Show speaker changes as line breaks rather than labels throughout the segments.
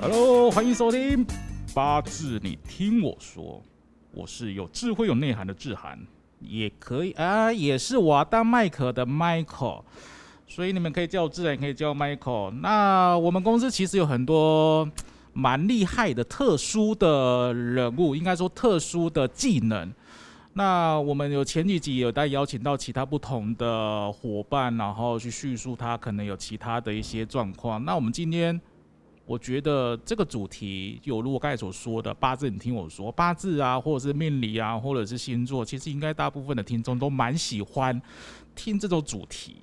Hello，欢迎收听八字，你听我说，我是有智慧有内涵的智涵，也可以啊，也是瓦当麦克的 Michael，所以你们可以叫我自然，也可以叫我 Michael。那我们公司其实有很多嗯蛮厉害的特殊的人物，应该说特殊的技能。那我们有前几集有在邀请到其他不同的伙伴，然后去叙述他可能有其他的一些状况。那我们今天我觉得这个主题有如我刚才所说的八字，你听我说，八字啊，或者是命理啊，或者是星座，其实应该大部分的听众都蛮喜欢听这种主题。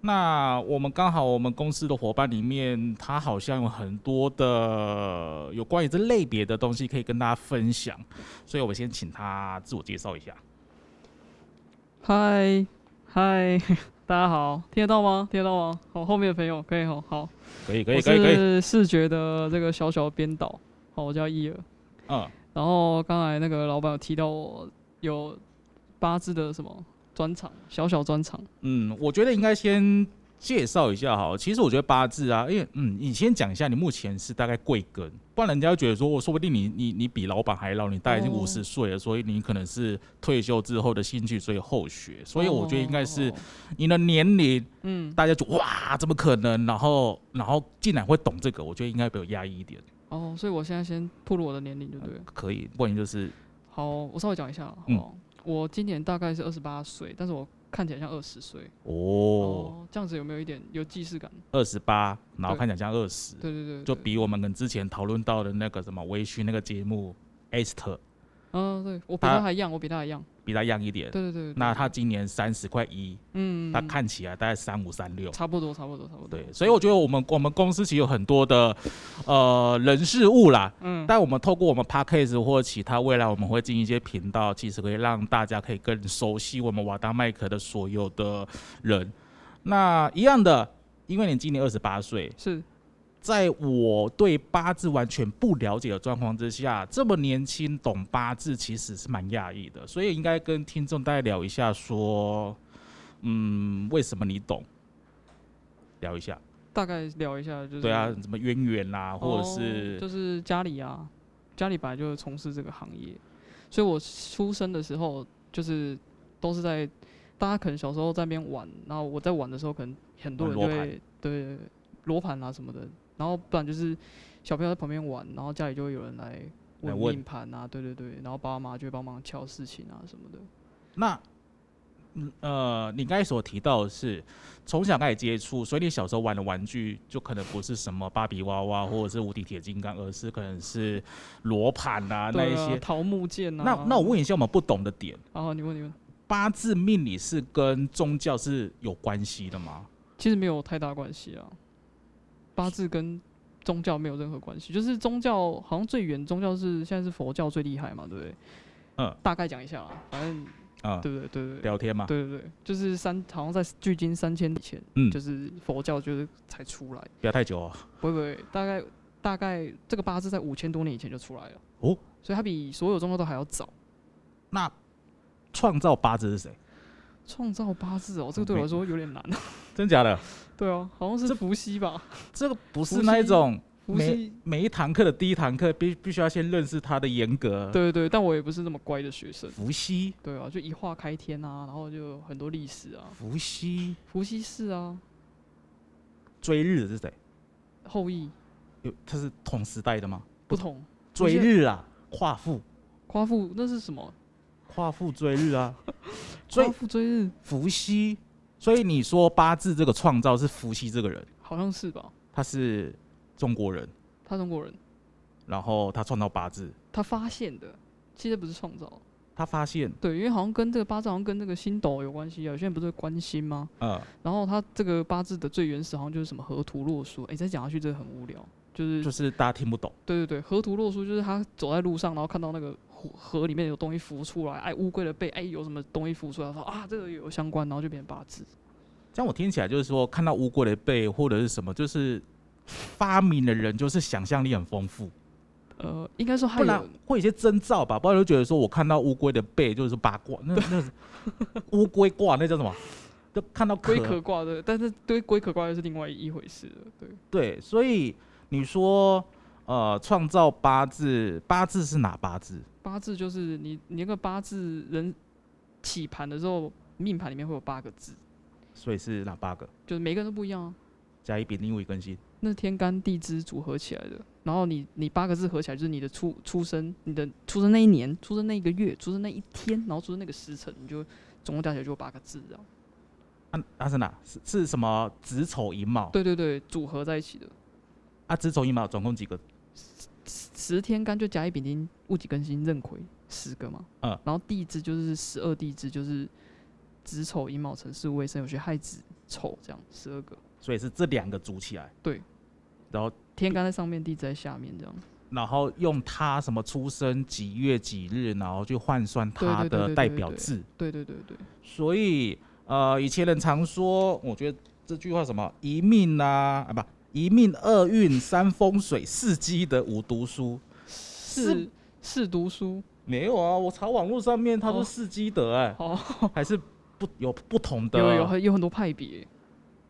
那我们刚好，我们公司的伙伴里面，他好像有很多的有关于这类别的东西可以跟大家分享，所以我先请他自我介绍一下。
嗨嗨， 大家好，听得到吗？听得到吗？好，后面的朋友可以吼，好，
可以，可
我是视觉的这个小小的编导，好，我叫伊尔。
嗯，
然后刚才那个老板有提到我有八字的什么专场，小小专场。
嗯，我觉得应该先介绍一下哈。其实我觉得八字啊，因为嗯，你先讲一下你目前是大概贵庚，不然人家会觉得说，我说不定你你你比老板还老，你大概已经
哦
五十岁了，所以你可能是退休之后的兴趣，所以后学。所以我觉得应该是
哦
你的年龄，
嗯，
大家就哇，怎么可能？然后然后竟然会懂这个，我觉得应该比较压抑一点。
哦，所以我现在先透露我的年龄，对不对了？
可以，不然就是
好，我稍微讲一下，好
嗯
不好我今年大概是二十八岁，但是我看起来像二十岁。
哦，
哦，这样子有没有一点有既视感？
二十八，然后
对
看起来像二十，
对对对，
就
对
比我们跟之前讨论到的那个什么微醺那个节目 Esther。
嗯，对我比
他
他还样，我比他还样。
比他样一点。
对对对，对
那他今年三十块一，
嗯，
他看起来大概三五三六。
差不多，差不多，差不多。
对，所以我觉得我们我们公司其实有很多的呃人事物啦，
嗯，
但我们透过我们 p a c k a g e 或其他未来我们会进一些频道，其实可以让大家可以更熟悉我们瓦达麦克的所有的人。那一样的，因为你今年二十八岁，
是
在我对八字完全不了解的状况之下，这么年轻懂八字其实是蛮讶异的，所以应该跟听众大家聊一下，说，嗯，为什么你懂？聊一下，
大概聊一下，就是
对啊，，什么渊源啦、
嗯哦
或者是、
就是家里啊，家里本来就是从事这个行业，所以我出生的时候就是都是在大家可能小时候在那边玩，然后我在玩的时候，可能很多人就
玩罗
会对罗盘啊什么的，然后不然就是小朋友在旁边玩，然后家里就会有人来
来
问
问
命盘啊，对对对，然后爸爸妈妈就会帮忙敲事情啊什么的。
那，嗯呃，你刚才所提到的是从小开始接触，所以你小时候玩的玩具就可能不是什么芭比娃娃或者是无敌铁金刚，而是可能是罗盘啊那
对
一
啊
些。
桃木剑啊，
那那我问一下，我们不懂的点。
啊，你问你问，
八字命理是跟宗教是有关系的吗？
其实没有太大关系啊。八字跟宗教没有任何关系，就是宗教好像最远，宗教是现在是佛教最厉害嘛，对不对？
嗯，
大概讲一下啦，反正
啊、
对不对？对对对，
聊天嘛，
对对对，就是三好像在距今三千以前，
嗯
就是佛教就是才出来，
不要太久哦。
不会不会，大概大概这个八字在五千多年以前就出来了
哦，
所以它比所有宗教都还要早。
那创造八字是谁？
创造八字哦，这个对我来说有点难。
真假的？
对啊，好像是伏羲吧？
这个不
伏
是
羲
那一种
伏
每
羲
每一堂课的第一堂课必必须要先认识他的严格。，
对对，但我也不是那么乖的学生。
伏羲，
对啊，就一画开天啊，然后就很多历史啊，
伏羲
伏羲氏啊，
追日是谁？
后羿
有他是同时代的吗？
不同，
追日啊，夸父，
夸父那是什么？
夸父追日 啊，
夸
追
父追日
伏羲。所以你说八字这个创造是伏羲这个人，
好像是吧？
他是中国人，
他中国人，
然后他创造八字。
他发现的，其实不是创造。
他发现，
对，因为好像跟这个八字好像跟这个星斗有关系啊，有些人不是会关心吗？
呃，
然后他这个八字的最原始好像就是什么河图洛书，哎、再讲下去真的很无聊。就是
就是大家听不懂，
对对对，河图洛书就是他走在路上，然后看到那个湖河里面有东西浮出来，哎，乌龟的背，哎，有什么东西浮出来，他说啊，这个有相关，然后就变成八字。
这样我听起来就是说，看到乌龟的背或者是什么，就是发明的人就是想象力很丰富，
呃，应该说还
不然
有
会有一些征兆吧，不然就觉得说我看到乌龟的背就是八卦， 那那是乌龟卦那叫什么？就看到
龟
壳，
壳挂的，但是对龟壳挂的是另外一回事了。对，
对，所以你说。呃，创造八字，八字是哪八字？
八字就是你你那个八字人起盘的时候，命盘里面会有八个字，
所以是哪八个？
就是每个人都不一样啊。
甲乙丙丁戊乙庚辛。
那是天干地支组合起来的，然后你你八个字合起来就是你的出出生，你的出生那一年，出生那一个月，出生那一天，然后出生那个时辰，你就总共加起来就有八个字啊。
啊，啊是哪？是是什么子丑寅卯？
对对对，组合在一起的。
啊，子丑寅卯总共几个？
十天干就甲乙丙丁戊己庚辛壬癸十个嘛，
嗯
然后地支就是十二地支就是子丑寅卯辰巳未申酉戌亥子丑这样十二个，
所以是这两个组起来。
对。
然后，
天干在上面，地支在下面这样。
然后用他什么出生几月几日，然后去换算
对对
他
对对
的
对
代
对
表
对
字。
对对对对，
所以，呃，以前人常说，我觉得这句话什么一命啊，啊不，一命二运三风水四积的无读书。
是是读书
没有啊，我查网络上面他说
哦
四积德、哎、
哦，
还是不有不同的。啊
有有很有很多派别，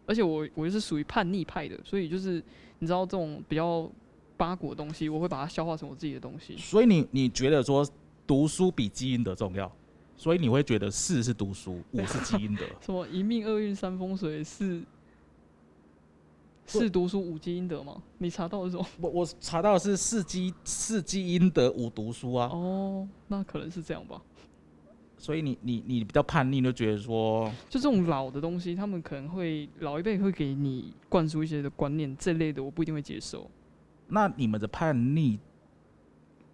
而且我我就是属于叛逆派的，所以就是你知道这种比较八股的东西，我会把它消化成我自己的东西。
所以你你觉得说读书比基因的重要，所以你会觉得四是读书，五是基因的。
什么一命二运三风水是是读书五积阴德吗？你查到的时候，
我我查到的是四基四基因的五读书啊，
哦，那可能是这样吧。
所以你你你比较叛逆，就觉得说
就这种老的东西，他们可能会老一辈会给你灌输一些的观念，这类的我不一定会接受。
那你们的叛逆，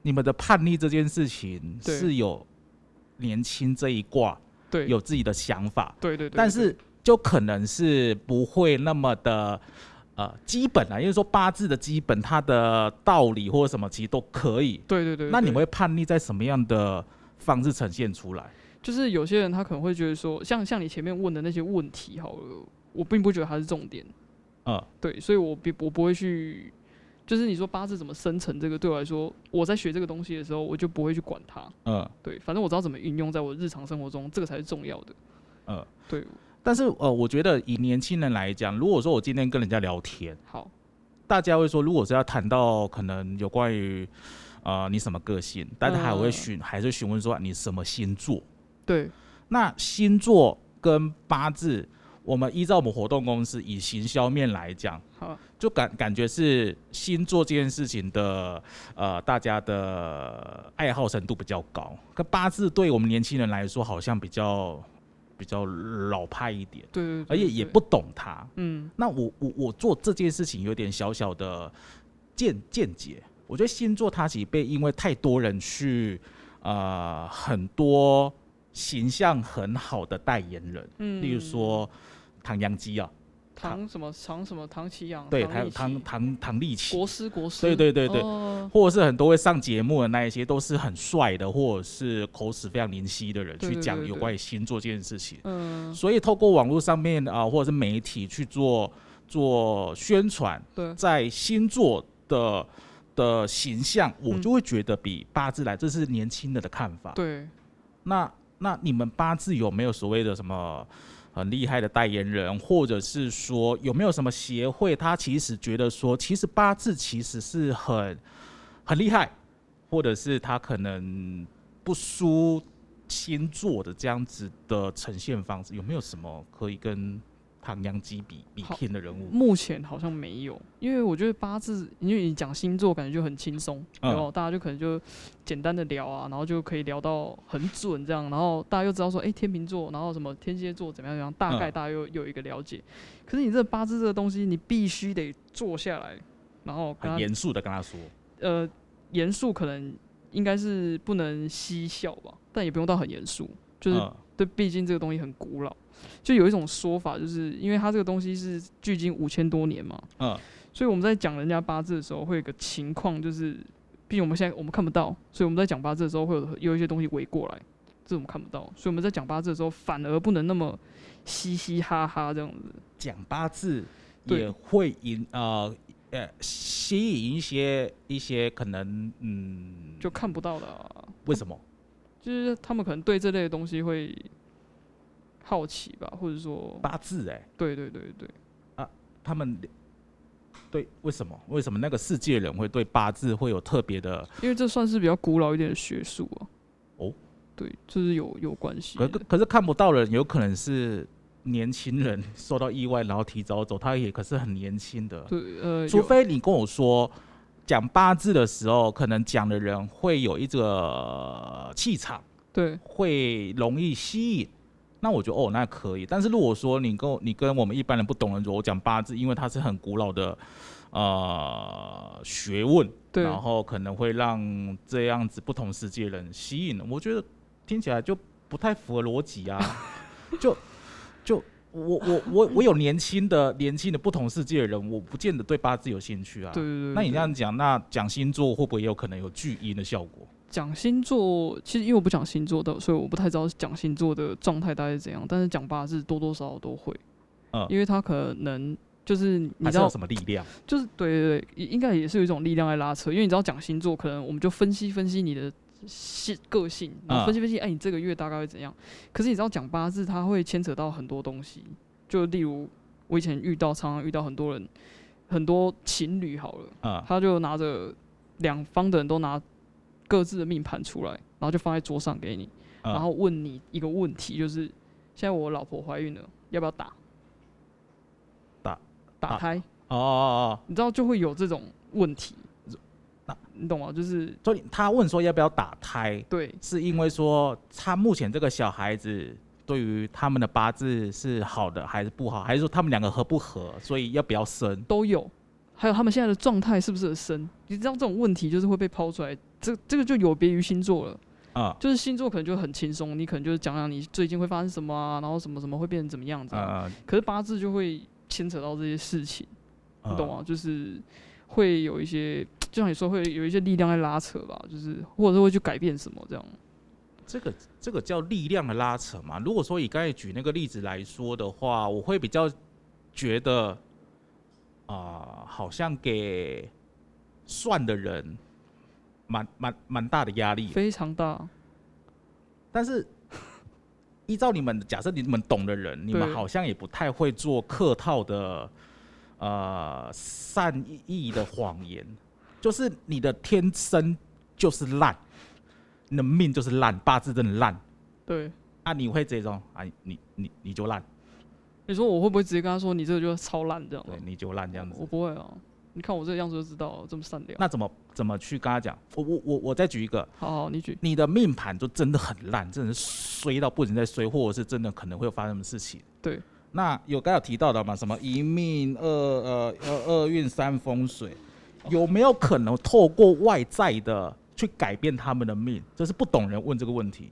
你们的叛逆这件事情
对
是有年轻这一卦
对，
有自己的想法，
对对对，
但
对
是就可能是不会那么的。呃，基本啊，因为说八字的基本，它的道理或者什么其实都可以。
对对对，
那你
对
会叛逆在什么样的方式呈现出来？
就是有些人他可能会觉得说，像像你前面问的那些问题，好了，我并不觉得它是重点，
呃，
对，所以我并我不会去，就是你说八字怎么生成这个，对我来说，我在学这个东西的时候，我就不会去管它，
呃，
对，反正我知道怎么运用在我日常生活中，这个才是重要的，
呃，
对，
但是呃，我觉得以年轻人来讲，如果说我今天跟人家聊天，
好，
大家会说，如果是要谈到可能有关于呃你什么个性，但是还会询、还是询问说你什么星座。
对，
那星座跟八字，我们依照我们活动公司以行销面来讲，
好，
就感感觉是星座这件事情的呃大家的呃爱好程度比较高，跟八字对我们年轻人来说好像比较比较老派一点，
对对对，
而且也
对，
不懂它。
嗯，
那我我我做这件事情有点小小的见见解。我觉得星座它其实被因为太多人去呃很多形象很好的代言人，
嗯
例如说唐扬基啊，
唐什么唐什么唐奇阳，
对，还
唐
有唐
立奇
唐唐立奇，
国师国师，
对对对对
哦
或者是很多会上节目的那一些都是很帅的，或者是口齿非常灵犀的人
对
去
对
讲
对
有
对
关于星座这件事情。
嗯，
所以透过网络上面啊、或者是媒体去做做宣传，
对，
在星座的的形象，我
嗯
就会觉得比八字来，这是年轻人的看法。
对，
那那你们八字有没有所谓的什么很厉害的代言人，或者是说有没有什么协会，他其实觉得说，其实八字其实是很很厉害，或者是他可能不输星座的这样子的呈现方式，有没有什么可以跟唐扬基比比
好
拼的人物？
目前好像没有，因为我觉得八字，因为你讲星座，感觉就很轻松，
嗯
然后、大家就可能就简单的聊啊，然后就可以聊到很准这样，然后大家又知道说，哎、天秤座，然后什么天蝎座怎么样怎么样，大概
嗯
大家又有一个了解。可是你这八字这个东西，你必须得坐下来，然后跟
很
他
严肃的跟他说，
呃严肃，可能应该是不能嬉笑吧，但也不用到很严肃，就是
嗯
对，毕竟这个东西很古老，就有一种说法，就是因为它这个东西是距今五千多年嘛，
嗯
所以我们在讲人家八字的时候，会有一个情况，就是毕竟我们现在我们看不到，所以我们在讲八字的时候，会有有一些东西围过来，这我们看不到，所以我们在讲八字的时候，反而不能那么嘻嘻哈哈这样子。
讲八字
对
也会引呃呃吸引一些一些可能嗯，
就看不到的、啊，
为什么？
就是他们可能对这类的东西会好奇吧，或者说，
八字哎、
对对对对，
他们对，为什么？为什么那个世界人会对八字会有特别的？
因为这算是比较古老一点的学术啊。
哦，
对，就是有有关系
可
的。
可可是看不到的人，有可能是年轻人受到意外，然后提早走，他也可是很年轻的。
对，呃，
除
有
非你跟我说，讲八字的时候，可能讲的人会有一个气场，
对
会容易吸引。那我觉得哦，那可以。但是如果说你跟我你跟我们一般人不懂的人说，我讲八字，因为它是很古老的呃学问，
对
然后可能会让这样子不同世界人吸引。我觉得听起来就不太符合逻辑啊， 就就我我我我有年轻的年轻的不同世界的人，我不见得对八字有兴趣啊。
对对对。
那你这
对
样讲，那讲星座会不会也有可能有聚阴的效果？
讲星座，其实因为我不讲星座的，所以我不太知道讲星座的状态大概是怎样。但是讲八字多多少少都会，
嗯
因为他可能就是你
还
知
是有
道，
什么力量？
就是对对对，也应该也是有一种力量在拉扯。因为你知道讲星座，可能我们就分析分析你的性个性，
嗯
然后分析分析，哎、你这个月大概会怎样？可是你知道讲八字，它会牵扯到很多东西，就例如我以前遇到，常常遇到很多人，很多情侣好了。
啊、
他就拿着两方的人都拿各自的命盘出来，然后就放在桌上给你，
嗯
然后问你一个问题，就是现在我老婆怀孕了，要不要打？
打
打
打
胎？
哦哦哦，
你知道就会有这种问题
那，
你懂吗？就是
所以他问说要不要打胎，
对
是因为说他目前这个小孩子对于他们的八字是好的还是不好，还是说他们两个合不合，所以要不要生？
都有，还有他们现在的状态适不适合生？你知道这种问题就是会被抛出来，这这个就有别于星座了。
啊、
就是星座可能就很轻松，你可能就是讲讲你最近会发生什么啊，然后什么什么会变成怎么样子、啊。
呃，
可是八字就会牵扯到这些事情，你懂哦
呃？
吗？就是会有一些，就像你说，会有一些力量在拉扯吧，就是或者是会去改变什么这样。
这个这个叫力量的拉扯嘛。如果说以刚才举那个例子来说的话，我会比较觉得啊、好像给算的人蛮蛮蛮大的压力。啊
非常大，
但是依照你们假设你们懂的人，你们
对
好像也不太会做客套的呃善意的谎言，就是你的天生就是烂，你的命就是烂，八字真的烂
对。
啊！你会这种啊，你你你就烂，
你说我会不会直接跟他说你这个就超烂这样
对
吗？，
你就烂这样子
我。不会啊，你看我这个样子就知道了，这么善良。
那怎么怎么去跟他讲？我我我我再举一个，
好好，你举，
你的命盘就真的很烂，真的是衰到不能再衰，或者是真的可能会有发生什么事情。
对，
那有刚才有提到的嘛，什么一命二呃呃二运三风水，有没有可能透过外在的去改变他们的命？这是不懂人问这个问题，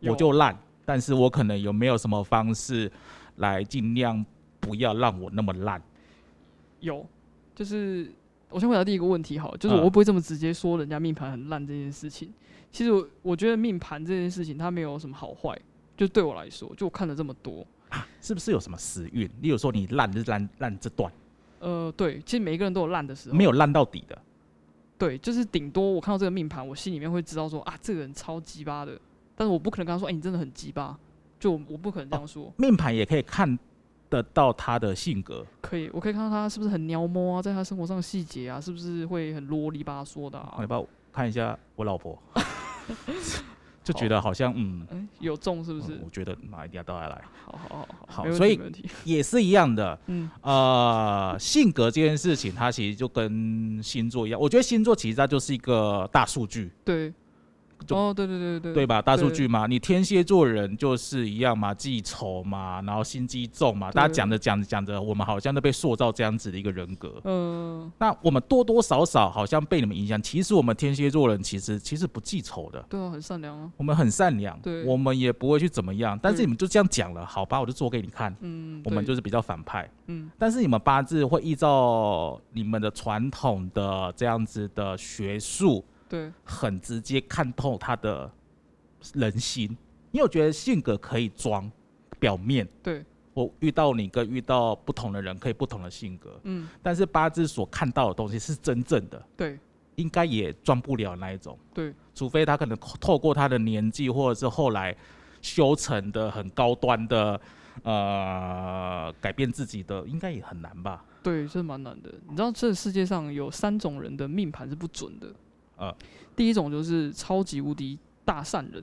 我
有
就烂，但是我可能有没有什么方式来尽量不要让我那么烂？
有，就是我先回答第一个问题好了，就是我
嗯
会不会这么直接说人家命盘很烂这件事情？其实我我觉得命盘这件事情它没有什么好坏，就对我来说，就我看了这么多，
是不是有什么时运？例如说你烂就是烂烂这段，
呃，对，其实每一个人都有烂的时候，
没有烂到底的。
对，就是顶多我看到这个命盘，我心里面会知道说啊，这个人超鸡巴的，但是我不可能跟他说，哎、你真的很鸡巴，就我我不可能这样说。
命盘也可以看得到他的性格，
可以，我可以看到他是不是很撩摸啊，在他生活上的细节啊，是不是会很啰里吧嗦的
我
啊
要？哎不要看一下我老婆？就觉得好像嗯，
哎、有中是不是
嗯？我觉得哪一定要到她来，
好好好好，
好
没问
所
题
以
没问题。
也是一样的。
嗯，
呃，性格这件事情，它其实就跟星座一样。我觉得星座其实它就是一个大数据，
对。
就
哦，对对对对
对吧？大数
对
据嘛，你天蝎座人就是一样嘛，记仇嘛，然后心机重嘛。大家
对
讲着讲着讲着，我们好像都被塑造这样子的一个人格。
嗯、
那我们多多少少好像被你们影响。其实我们天蝎座人其实其实不记仇的，
对啊，很善良啊。
我们很善良，
对
我们也不会去怎么样。但是
对
你们就这样讲了，好吧，我就做给你看。
嗯，
我们
对
就是比较反派，
嗯，
但是你们八字会依照你们的传统的这样子的学术，
对，
很直接看透他的人心。因为我觉得性格可以装表面，
对，
我遇到你跟遇到不同的人可以不同的性格，
嗯，
但是八字所看到的东西是真正的，
对，
应该也装不了那一种。
对，
除非他可能透过他的年纪，或者是后来修成的很高端的呃改变自己的，应该也很难吧？
对，这蛮难的。你知道这世界上有三种人的命盘是不准的。
呃，
第一种就是超级无敌大善人，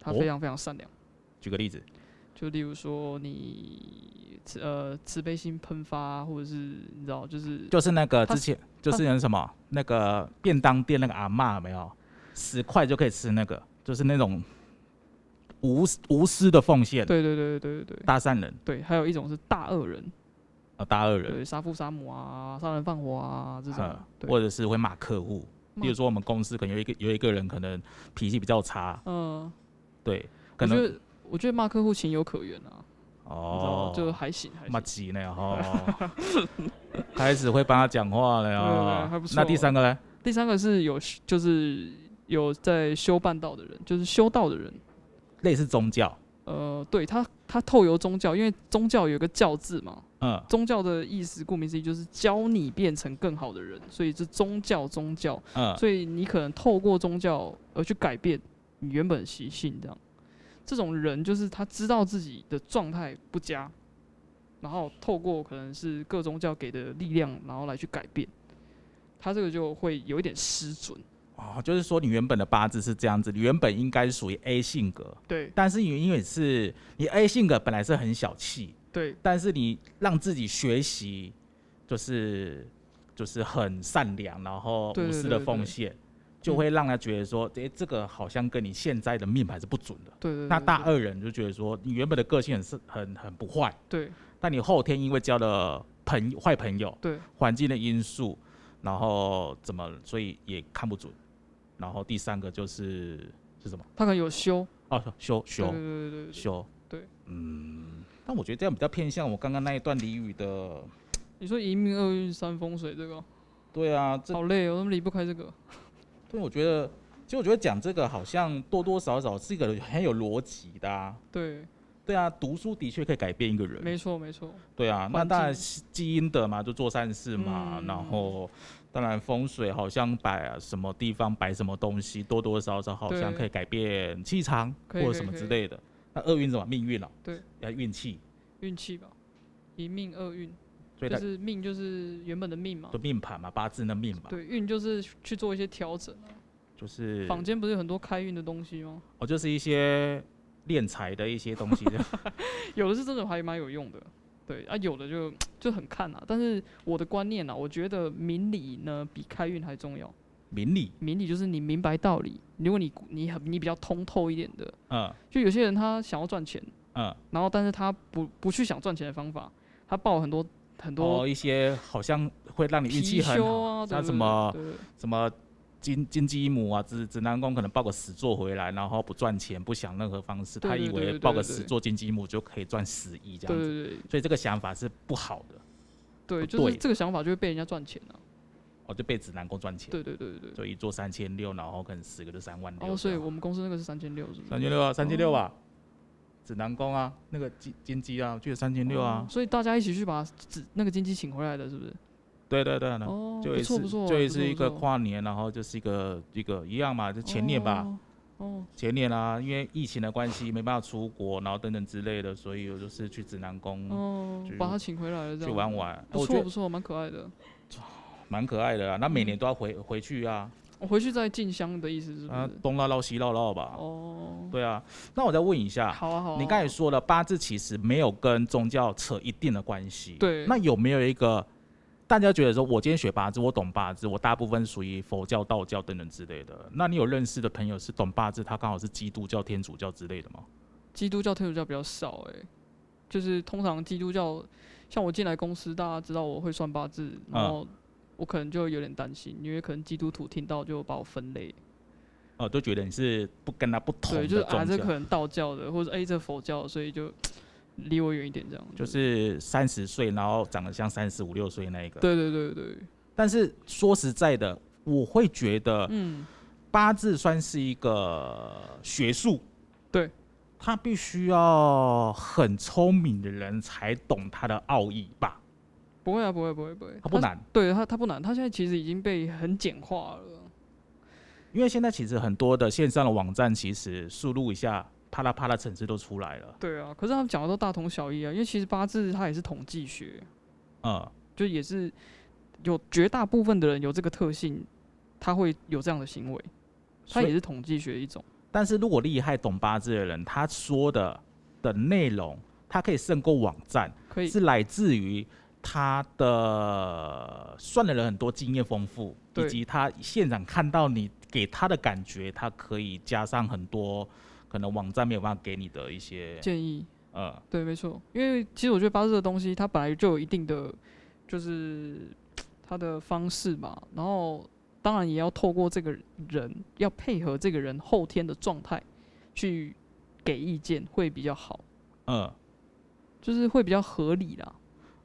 他
哦
非常非常善良。
举个例子，
就例如说你慈呃慈悲心喷发啊，或者是你知道就是
就是那个
他啊
之前就是那什么那个便当店那个阿嬷有没有？十块就可以吃那个，就是那种无无私的奉献，
对对对对对对
大善人
对，还有一种是大恶人，
呃大恶人，
对杀父杀母啊、杀人放火啊这种
嗯，
对，
或者是会骂客户。
骂
比如说我们公司可能有一个有一个人可能脾气比较差，
嗯，
对，可
我觉
能
得我觉得骂客户情有可原啊，你知
哦
道吗，就还行还
骂
行。
急呢 哦，开始会帮他讲话了
对对对还
哦
不。错
那第三个呢？
第三个是有就是有在修办道的人，就是修道的人，
类似宗教，
呃，对他他透由宗教，因为宗教有一个教字嘛，
嗯，
宗教的意思，顾名思义就是教你变成更好的人，所以是宗教宗教，
嗯，
所以你可能透过宗教而去改变你原本的习性，这样。这种人就是他知道自己的状态不佳，然后透过可能是各宗教给的力量，然后来去改变，他这个就会有一点失准。
哦，就是说你原本的八字是这样子，你原本应该属于 A 性格，
对
但是你因为是你 A 性格本来是很小气，
对
但是你让自己学习，就是就是很善良，然后
对
无
对
私
对
的
对
奉献，就会让他觉得说，诶，这个好像跟你现在的命盘是不准的。
对对，
那
对
大二人就觉得说，你原本的个性很是很很不坏，
对
但你后天因为交了朋坏朋友、
对
环境的因素，然后怎么，所以也看不准。然后第三个就是是什么？
他可能有修，
哦，修
对
修
对对对对对。
修，
对，
嗯。但我觉得这样比较偏向我刚刚那一段俚语的，
你说一命二运三风水这个
对啊，这
好累哦，我怎么离不开这个？
对我觉得，其实我觉得讲这个好像多多少少是一个很有逻辑的、啊，
对，
对啊，读书的确可以改变一个人，
没错没错。
对啊，那
环
当然
境
是基因的嘛，就做善事嘛，
嗯
然后当然风水好像摆、啊、什么地方摆什么东西，多多少少好像
对
可以改变气场
可
或
以
者
可以
什么
可以
之类的。那厄运是什么？命运了、
对，
要运气，
运气吧，一命二运，
所以
就
它
是命就是原本的命嘛
就，命盘嘛，八字那命嘛，
对，运就是去做一些调整啊、
就是
坊间不是有很多开运的东西吗？
哦，就是一些敛财的一些东西，
有的是真的还蛮有用的，对啊，有的就就很看啊。但是我的观念啊，我觉得明理呢比开运还重要。
明理，
明理就是你明白道理，如果你你很你比较通透一点的，
嗯
就有些人他想要赚钱，
嗯，
然后但是他不不去想赚钱的方法，他报很多很
哦，
多
一些好像会让你运气
貔
很
貅
好，
啊，对
像
对
什
对
么
对对
什么金金鸡母啊，指指南宫可能报个十座回来，然后不赚钱，不想任何方式，
对
他
对
以
对
为
对
报个
对对
十座金鸡母就可以赚十亿这
对
样子，
对对，
所以这个想法是不好的，
对，
不
就是
对
这个想法就会被人家赚钱啊。
哦，就被指南宫赚钱，
对对对对对。
就一座三千六，然后可能十个就三万六这样，
哦，所以我哦们公司那个是三千六，是不是？
三千六啊，三千六吧，指南宫啊，那个金金鸡啊，就三千六啊
哦，所以大家一起去把指那个经济请回来的，是不是？
对对对对。
哦，
嗯就
不
也
错
是
不错，
就也
不
是
错
一个
不错
跨年，然后就是一个一个一样嘛，就前年吧，
哦。哦，
前年啊，因为疫情的关系没办法出国，然后等等之类的，所以我就是去指南宫、
哦
嗯就
把他请回来了，这
去
样
玩，玩，哦
不
我觉
错
得
不错，蛮可爱的。
蛮可爱的啊。那每年都要回回去啊，
我回去再进香的意思是不
啊
是？，
东绕绕西绕绕吧。
哦，
对啊，那我再问一下，
好啊好啊。
你刚才说了八字其实没有跟宗教扯一定的关系，
对
那有没有一个大家觉得说，我今天学八字，我懂八字，我大部分属于佛教、道教等等之类的。那你有认识的朋友是懂八字，他刚好是基督教、天主教之类的吗？
基督教、天主教比较少哎、就是通常基督教，像我进来公司，大家知道我会算八字，
嗯
然后我可能就有点担心，因为可能基督徒听到就把我分类，
哦、都觉得你是不跟他不同的
对，
宗
就是
教。
啊，这可能道教的，或者哎、这佛教的，所 以就离我远一点这样，
就是三十岁，然后长得像三十五六岁那一个。
对对对对，对
但是说实在的，我会觉得
嗯，
八字算是一个学术，
对，
他必须要很聪明的人才懂它的奥义吧？
不会啊，不会不会不会，
它不
它，
难，
对他他不难，他现在其实已经被很简化了，
因为现在其实很多的线上的网站其实输入一下啪啦啪啦层次都出来了。
对啊，可是他们讲的都大同小异啊，因为其实八字它也是统计学，
嗯，
就也是有绝大部分的人有这个特性，他会有这样的行为，它
所以
也是统计学一种。
但是如果厉害懂八字的人，他说的的内容，他可以胜过网站，
可以，
是来自于他的算的人很多经验丰富，
对
以及他现场看到你给他的感觉，他可以加上很多可能网站没有办法给你的一些
建议，
呃，
对，没错，因为其实我觉得八字的东西，它本来就有一定的，就是它的方式嘛，然后当然也要透过这个人，要配合这个人后天的状态去给意见会比较好，
嗯，
就是会比较合理啦。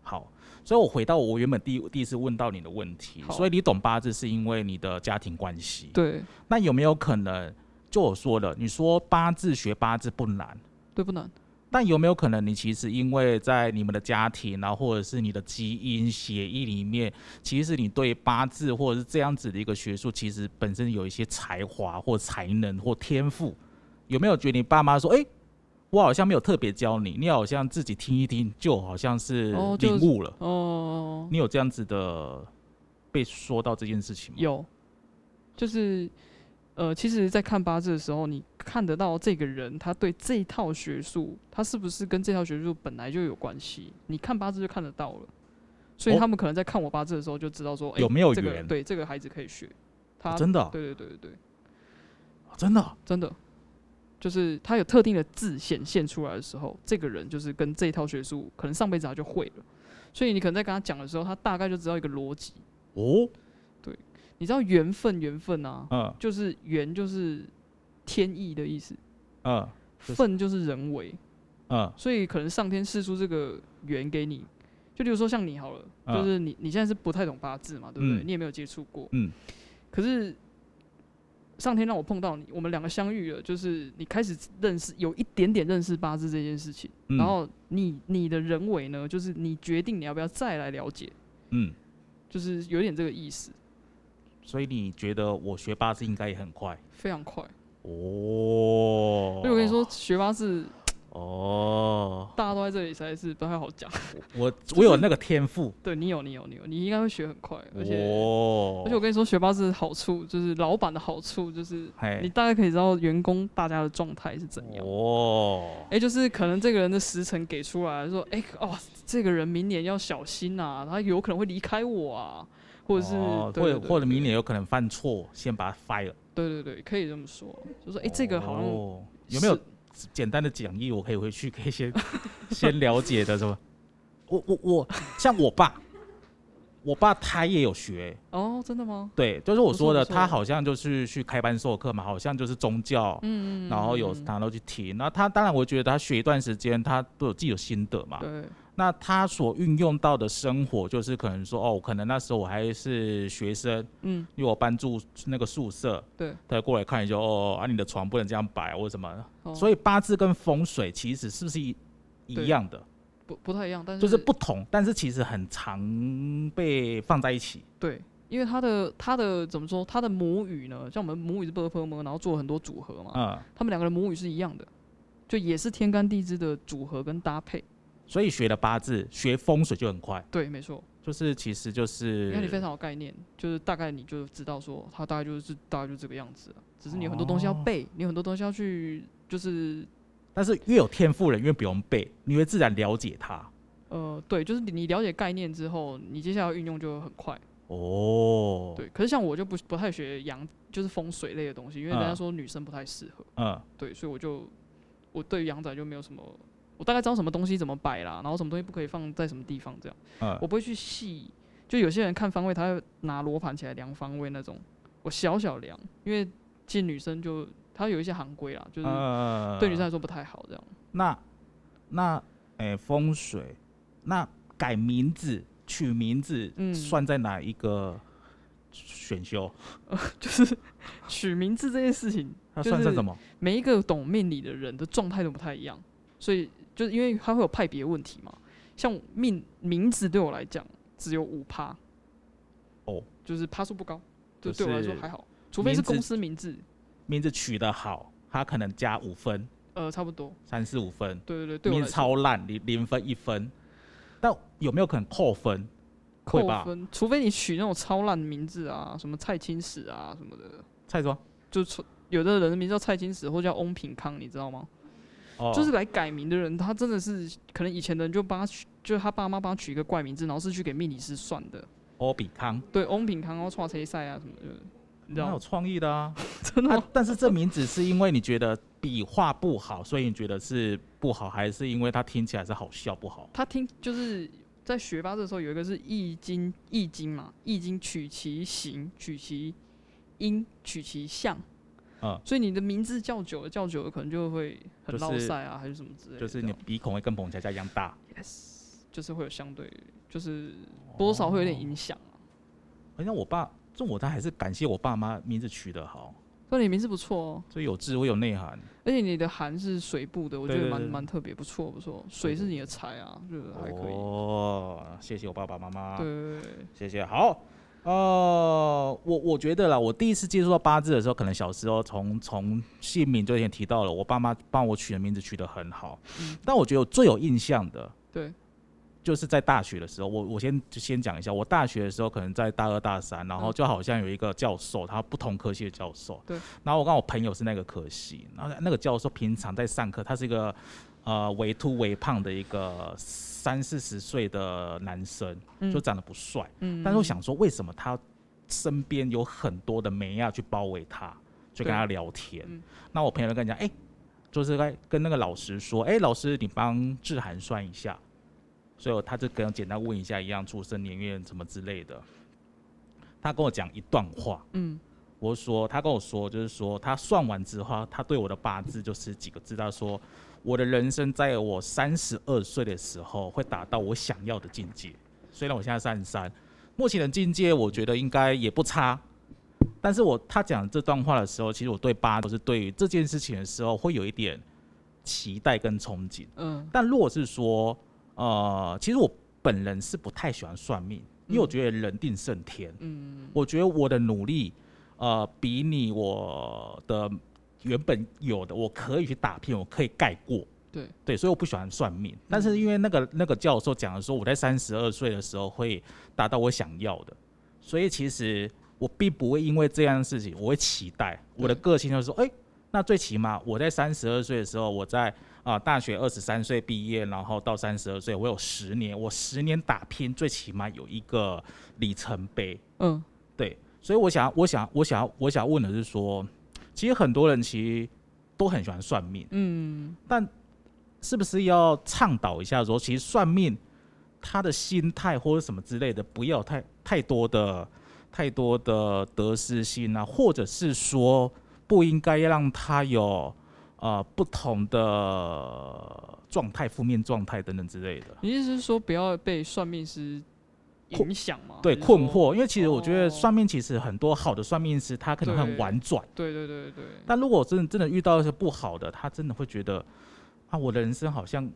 好。所以我回到我原本第一第一次问到你的问题，
好
所以你懂八字是因为你的家庭关系，
对，
那有没有可能？就我说的，你说八字学八字不难，
对不难，
但有没有可能你其实因为在你们的家庭啊，或者是你的基因血液里面，其实你对八字或者是这样子的一个学术，其实本身有一些才华或才能或天赋？有没有觉得你爸妈说，哎、我好像没有特别教你，你好像自己听一听，就好像是
哦就
领悟了？
哦、
你有这样子的被说到这件事情吗？
有，就是呃，其实，在看八字的时候，你看得到这个人他对这一套学术，他是不是跟这套学术本来就有关系？你看八字就看得到了，所以
哦
他们可能在看我八字的时候就知道说，哎、
有没有
这个
缘
对这个孩子可以学，他、
哦真的哦、
对对对对对，
真的哦、
真的。就是他有特定的字显现出来的时候，这个人就是跟这一套学术可能上辈子他就会了，所以你可能在跟他讲的时候，他大概就知道一个逻辑。
哦，
你知道缘分，缘分啊，
嗯
就是缘就是天意的意思，
嗯就是
份就是人为，
嗯
所以可能上天赐出这个缘给你。就比如说像你好了，
嗯
就是你你现在是不太懂八字嘛，对不对？
嗯
你也没有接触过，
嗯，
可是上天让我碰到你，我们两个相遇了，就是你开始认识有一点点认识八字这件事情，
嗯，
然后你你的人为呢，就是你决定你要不要再来了解，
嗯，
就是有点这个意思，
所以你觉得我学八字应该也很快？
非常快。
哦，
所以我跟你说，学八字
哦，
大家都在这里，实在是不太好讲。
我我有那个天赋，
对你有，你有，你有，你应该会学很快，而且、
哦，
而且我跟你说，学八字的好处就是老板的好处就是你
嘿，
大概可以知道员工大家的状态是怎样。
哦，
哎、就是可能这个人的时辰给出来说，哎、哦，这个人明年要小心啊，他有可能会离开我啊，或者是、
哦
对
或
对
者
对
或者明年有可能犯错，先把它 fire。
对对对，可以这么说，就说哎、这个好像
哦有没有
是
简单的讲义？我可以回去可以 先先了解的，是吧？我我我，像我爸，我爸他也有学，
哦，真的吗？
对，就是我
不错
说的，
不错
他好像就是去开班授课嘛，好像就是宗教，
嗯，嗯
然后有
嗯
拿到去提。那他当然，我觉得他学一段时间，他都有自己有心得嘛。
对
那他所运用到的生活，就是可能说，哦，可能那时候我还是学生，
嗯
因为我搬住那个宿舍，
对，
他过来看一下，哦，啊，你的床不能这样摆或者什么。
哦
所以八字跟风水其实是不是一
对
一样的？
不不太一样，但是
就是不同，但是其实很常被放在一起。
对，因为他的他的怎么说，他的母语呢，像我们母语是 b p m，然后做了很多组合嘛，
嗯，
他们两个的母语是一样的，就也是天干地支的组合跟搭配。
所以学了八字，学风水就很快，
对，没错，
就是其实就是
因为你非常有概念，就是大概你就知道说它大概就是大概就这个样子了，只是你有很多东西要
哦
背，你有很多东西要去就是。
但是越有天赋的人越不用背，你会自然了解他。
呃，对，就是你你了解概念之后，你接下来运用就很快。
哦，，
对，可是像我就不不太学阳，就是风水类的东西，因为人家
嗯
说女生不太适合。
嗯，
对，所以我就我对阳宅就没有什么，我大概知道什么东西怎么摆啦，然后什么东西不可以放在什么地方这样，
嗯
我不会去细。就有些人看方位，他会拿罗盘起来量方位那种，我小小量，因为其实女生就她有一些行规啦，就是
嗯
对女生来说不太好这样。
那那哎、风水，那改名字取名字，
嗯
算在哪一个选修？
就是取名字这件事情，
它
就
算在
是
什么？
每一个懂命理的人的状态都不太一样，所以就是因为他会有派别问题嘛。像命名字对我来讲只有五趴，
哦，
就是趴数不高，就
就是
对我来说还好，除非是
名字
公司名字。
名字取得好，它可能加五分，
呃，差不多，
三四五分，
对对对，对我
明
来
明
说
超烂，零零分一分，但有没有可能扣分？会
扣
吧
分，除非你取那种超烂的名字啊，什么蔡青史啊什么的，
蔡庄，
就出有的人的名字叫蔡青史或叫翁品康，你知道吗？
哦，
就是来改名的人，他真的是可能以前的人就帮他取，就是他爸妈帮他取一个怪名字，然后是去给命理师算的。
欧哦比康，
对，翁品康，然后创车赛啊什么的，你知
蛮
道
有
吗？
创意的啊。
真的
那
吗，
但是这名字是因为你觉得笔画不好，所以你觉得是不好，还是因为它听起来是好笑不好？
他听就是在学八字的时候有一个是易经，易经嘛，易经取其形，取其音，取其象。
嗯，
所以你的名字叫久了，叫久了可能就会很
就是
落塞啊，还是什么之类的。
就是
这
你
样
鼻孔会跟彭佳佳一样大。
就是会有相对，就是多少会有点影响、
哦
啊。
好哎像我爸，这我他还是感谢我爸妈名字取得好，
所以你名字不错哦，
所以有智慧有内涵。
而且你的寒是水部的，我觉
对
得
对
蛮
对
蛮特别，不错不错。水是你的财啊，就是还可以。
哦，谢谢我爸爸妈妈。
对对对，
谢谢。好，呃，我我觉得啦，我第一次接触到八字的时候，可能小时候从从姓名就已经提到了，我爸妈帮我取的名字取得很好。
嗯
但我觉得我最有印象的，
对，
就是在大学的时候，我我先就先讲一下，我大学的时候可能在大二大三，然后
嗯
就好像有一个教授，他不同科系的教授，
对，
然后我跟我朋友是那个科系，然后那个教授平常在上课，他是一个呃微凸微胖的一个三四十岁的男生，
嗯
就长得不帅。
嗯
但是我想说，为什么他身边有很多的美亚去包围他，去跟他聊天
嗯？
那我朋友就跟他讲，哎、就是在跟那个老师说，哎、老师，你帮志涵算一下。所以他就跟我简单问一下一样出生年月什么之类的。他跟我讲一段话，
嗯
我就说他跟我说，就是说他算完之后，他对我的八字就是几个字，他说我的人生在我三十二岁的时候会达到我想要的境界。虽然我现在三十三，目前的境界我觉得应该也不差。但是我他讲这段话的时候，其实我对八字，我是对于这件事情的时候会有一点期待跟憧憬。
嗯
但如果是说，呃，其实我本人是不太喜欢算命，因为我觉得人定胜天。
嗯
我觉得我的努力，呃，比你我的原本有的，我可以去打拼，我可以盖过。
对
对，所以我不喜欢算命，但是因为那个那个教授讲的说，我在三十二岁的时候会达到我想要的，所以其实我并不会因为这样的事情，我会期待我的
对
个性就是说，哎、那最起码我在三十二岁的时候，我在啊、大学二十三岁毕业，然后到三十二岁，我有十年，我十年打拼，最起码有一个里程碑。
嗯
对，所以我想，我想，我想，我想问的是说，其实很多人其实都很喜欢算命，
嗯，
但是不是要倡导一下说，其实算命他的心态或者什么之类的，不要太太多的太多的得失心啊，或者是说不应该让他有呃不同的状态、负面状态等等之类的。
你意思是说不要被算命师影响吗？
对
还哦是说
困。惑，因为其实我觉得
哦
算命其实很多好的算命师，他可能很
对
婉转，
对对对对，
但如果真的真的遇到一些不好的，他真的会觉得啊，我的人生好像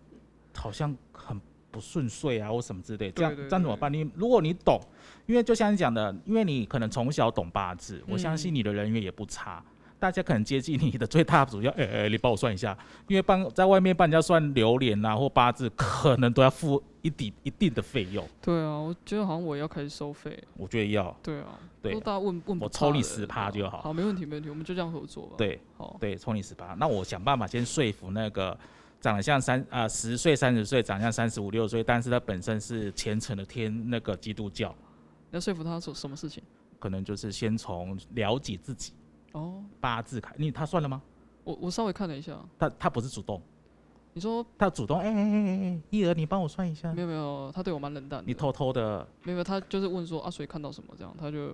好像很不顺遂啊，或什么之类的，这样
对对
这样怎么
对
办？你如果你懂，因为就像你讲的，因为你可能从小懂八字，我相信
嗯
你的人缘也不差。大家可能接近你的最大主要， 哎、哎、你帮我算一下，因为帮在外面帮人家算流年啊或八字，可能都要付一底一定的费用。
对啊，我觉得好像我也要开始收费了。
我觉得要
对啊，
对
都大家问问不
我抽你
怕的
10%
啊
就好
好，没问题没问题，我们就这样合作吧。，
对，
好，
对，抽你十八。那我想办法先说服那个长得像三啊十岁、三十岁，长得像三十五六岁，但是他本身是虔诚的天那个基督教，
你要说服他做什么事情？
可能就是先从了解自己
哦，
八字开。你他算了吗？
我我稍微看了一下，
他他不是主动，
你说
他主动哎哎哎哎哎，一儿你帮我算一下
没，有没有，他对我蛮冷淡的。
嗯你偷偷的，
没有没有，他就是问说阿水看到什么这样，他就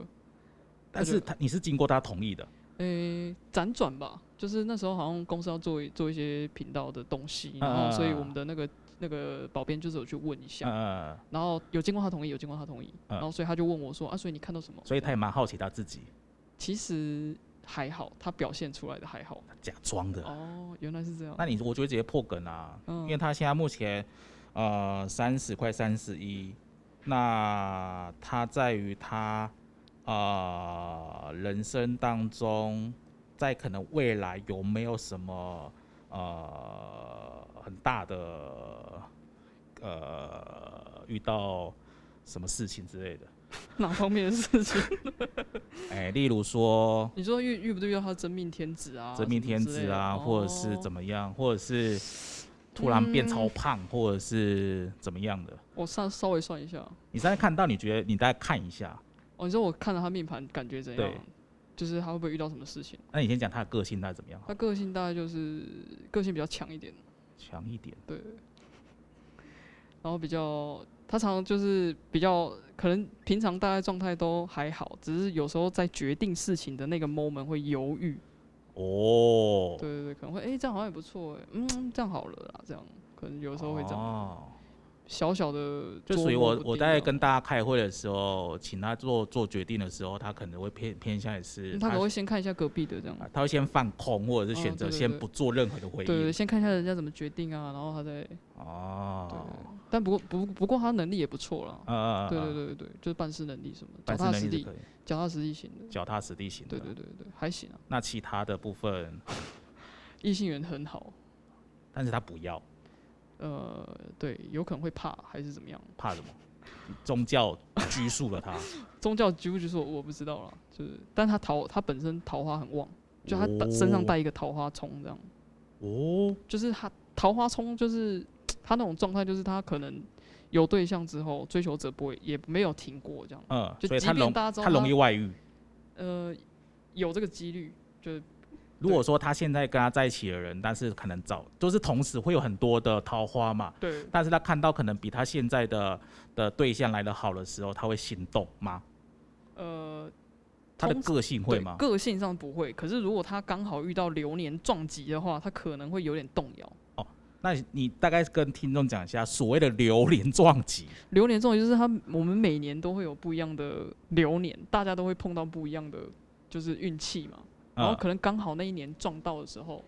但是他你是经过他同意的，
诶辗转吧，就是那时候好像公司要做一做一些频道的东西，
啊
然后所以我们的那个那个保编就是有去问一下，
呃，
然后有经过他同意，有经过他同意，
嗯
然后所以他就问我说啊，所以你看到什么？
所以他也蛮好奇他自己
其实还好，他表现出来的还好。
假装的。
哦，原来是这样。
那你我觉得直接破梗啊，
嗯
因为他现在目前呃三十快三十一，那他在于他呃人生当中，在可能未来有没有什么呃很大的呃遇到什么事情之类的，
哪方面的事情？
哎、例如说
你说遇遇不遇到他真命天子啊？
真命天子啊，或者是
么之类的？哦
怎么样，或者是突然
嗯
变超胖，或者是怎么样的，
哦我稍稍微算一下，
你现在看到，你觉得你大概看一下，
哦，你说我看了他命盘感觉怎样
对？
就是他会不会遇到什么事情？
那你先讲他的个性大概怎么样好了，
他个性大概就是个性比较强一点，
强一点，
然后比较他常常就是比较可能平常大家状态都还好，只是有时候在决定事情的那个 moment 会犹豫。
哦，
对对对，可能会哎、这样好像也不错哎、嗯这样好了啦，这样可能有时候会这样、
哦
小小的
就
捉
属于
摸
我
不
我
定
在
啊
跟大家开会的时候，请他做做决定的时候，他可能会偏偏向于是
嗯他可能会先看一下隔壁的这样，
啊他会先放空，或者是
嗯
选择
对对
先
对
不做任何的回
对对，
应。
先看一下人家怎么决定啊，然后他再对
哦，，
但不过不不过他能力也不错啦，
呃，
对对对对对，就是办事能力什么，
办
脚
事
踏
能
实
力是
地
可以，
脚踏实地型的，
脚踏实地型的。
对对对对，还行啊，
那其他的部分，
异性缘很好，
但是他不要，
呃，对，有可能会怕还是怎么样，
怕 什么？宗教拘束了他，
宗教几乎就是我我不知道啦，就是，但他桃他本身桃花很旺，就他带
哦
身上带一个桃花冲这样，
哦，
就是他桃花冲就是他那种状态，就是他可能有对象之后，追求者不会也没有停过这样，
嗯，
就
所以
即
他
便
容
大家知道
他容
他
易外遇。
呃，有这个几率，就是
如果说他现在跟他在一起的人，但是可能早就是同时会有很多的桃花嘛，
对，
但是他看到可能比他现在的的对象来的好的时候，他会心动吗？
呃，
他的
通
个性会
对
吗？
个性上不会，可是如果他刚好遇到流年撞击的话，他可能会有点动摇。
那你你大概跟听众讲一下所谓的流年撞击，
流年撞击就是他，我们每年都会有不一样的流年，大家都会碰到不一样的就是运气嘛，然后
呃，
哦可能刚好那一年撞到的时候，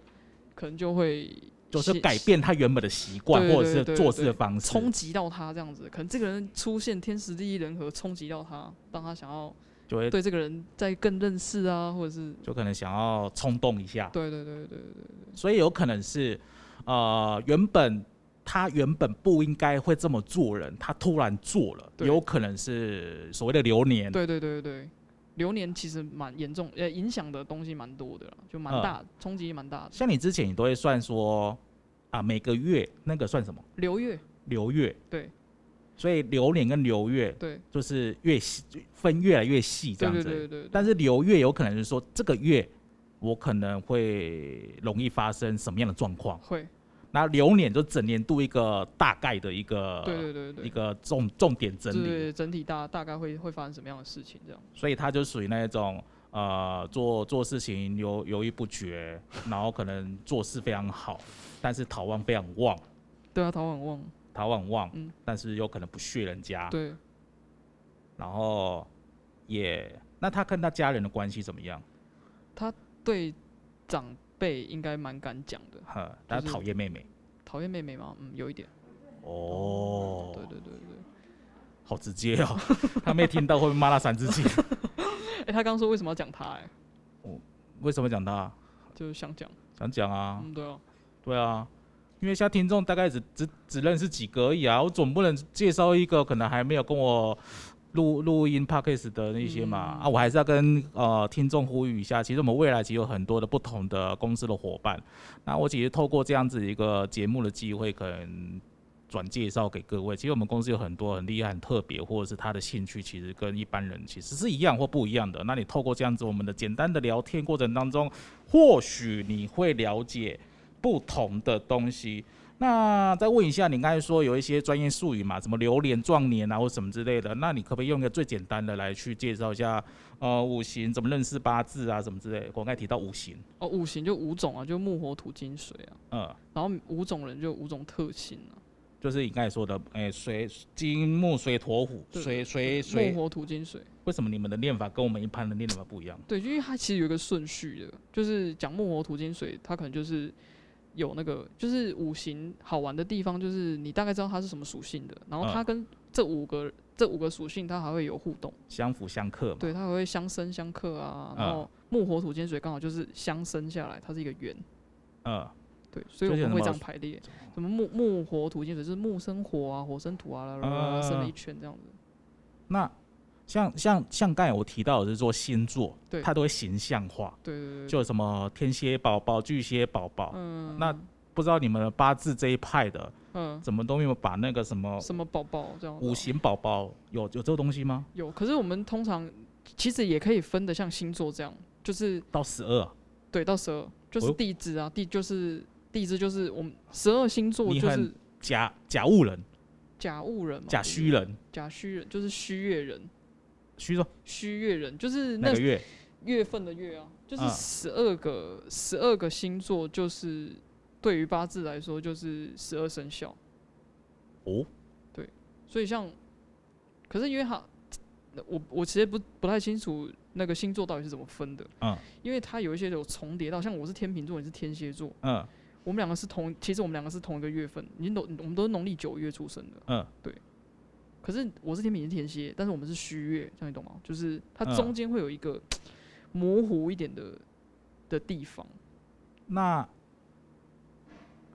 可能就会
就是
写
改变他原本的习惯
对
或者
对
是
对
做
对
事的方式。
嗯冲击到他这样子，可能这个人出现天时地利人和，冲击到他，让他想要
就会
对这个人再更认识啊，或者是
就可能想要冲动一下，
对对对对对，
所以有可能是呃原本他原本不应该会这么做人，他突然做了，
对
有可能是所谓的流年。
对对对对对，流年其实蛮严重，呃，影响的东西蛮多的啦，就蛮
嗯
大，冲击蛮大的。
像你之前你都会算说啊每个月那个算什么？
流月，
流月，
对
所以流年跟流月
对
就是越细分越来越细这
对
样
对
子。
对对对，
但是流月有可能是说这个月我可能会容易发生什么样的状况，
会，
那流年就整年度一个大概的一个
对对对对，
一个重重点整
对
理，
对整体大大概会会发生什么样的事情这样。
所以它就属于那一种。呃，做做事情犹犹豫不决， 然后可能做事非常好，但是逃亡非常旺，
对啊，桃很旺，
逃亡旺，
嗯
但是有可能不屑人家，
对，
然后也，那他跟他家人的关系怎么样？
对长辈应该蛮敢讲的，
呵，他
就是
讨厌妹妹。
讨厌妹妹吗？嗯，有一点。
哦
对对对对。
好直接哦，他没听到会不会骂他三字经？
哎、他刚说为什么要讲他、哎，
为什么讲他？
就是想讲。
想讲啊，
嗯，对啊，
对啊，因为现在听众大概只只只认识几个而已啊，我总不能介绍一个可能还没有跟我录录音 podcast 的那些嘛、
嗯
啊，我还是要跟呃听众呼吁一下，其实我们未来其实有很多的不同的公司的伙伴，那我其实透过这样子一个节目的机会，可能。转介绍给各位，其实我们公司有很多很厉害、很特别，或者是他的兴趣其实跟一般人其实是一样或不一样的。那你透过这样子我们的简单的聊天过程当中，或许你会了解不同的东西。那再问一下，你刚才说有一些专业术语嘛，什么流年、壮年啊，或什么之类的，那你可不可以用一个最简单的来去介绍一下？呃，五行怎么认识八字啊，什么之类的。我刚才提到五行，
哦，五行就五种啊，就木火土金水啊，
呃，
然后五种人就五种特性啊，
就是你刚才说的，哎、水金木水火虎，
对
水水
木
水，
火土金水。
为什么你们的念法跟我们一般的念法不一样？
对，因为它其实有一个顺序的，就是讲木火土金水，它可能就是有那个，就是五行好玩的地方，就是你大概知道它是什么属性的，然
嗯
后它跟这五个、这五个属性它还会有互动，
相辅相克嘛。
对，它还会相生相克啊，然
嗯
后木火土金水刚好就是相生下来，它是一个圆，
呃，
对对，所以我
这些
们
人
会
蛮
这
有
样排列，什么木木火土金水，就是木生火啊，火生土啊，啦啦啦啦生了一
啊
圈这样子。
那像像像刚才我提到的是做星座，
对
它都会形象化，
对对对对，
就有什么天蝎宝宝、巨蟹宝宝，
嗯，
那不知道你们的八字这一派的，
嗯
怎么都没有把那个什么
什么宝宝这样子啊
哦五行宝宝有有这个东西吗？
有，可是我们通常其实也可以分的像星座这样，就是
到十二、
对到十二，就
哦
是
哟
地支啊，地就是地支就是我们十二星座
你
就
很
是
甲甲戊人、
甲戊人嘛，
甲
对不
戌
对
人，
甲戌人就是戌月人，
戌说
戌月人就是
那
那
个月？
月份的月啊，就是
嗯
十二个十二、12个星座，就是对于八字来说就是十二生肖，
哦，
所以像，可是因为它，我我其实不不太清楚那个星座到底是怎么分的，
嗯
因为它有一些有重叠到，像我是天秤座，你是天蝎座，
嗯
我们两个是同，其实我们两个是同一个月份，你农我们都是农历九月出生的，
嗯，
可是我是天秤，你是天蝎，但是我们是虚月，这样你懂吗？就是它
嗯
中间会有一个模糊一点的的地方。
那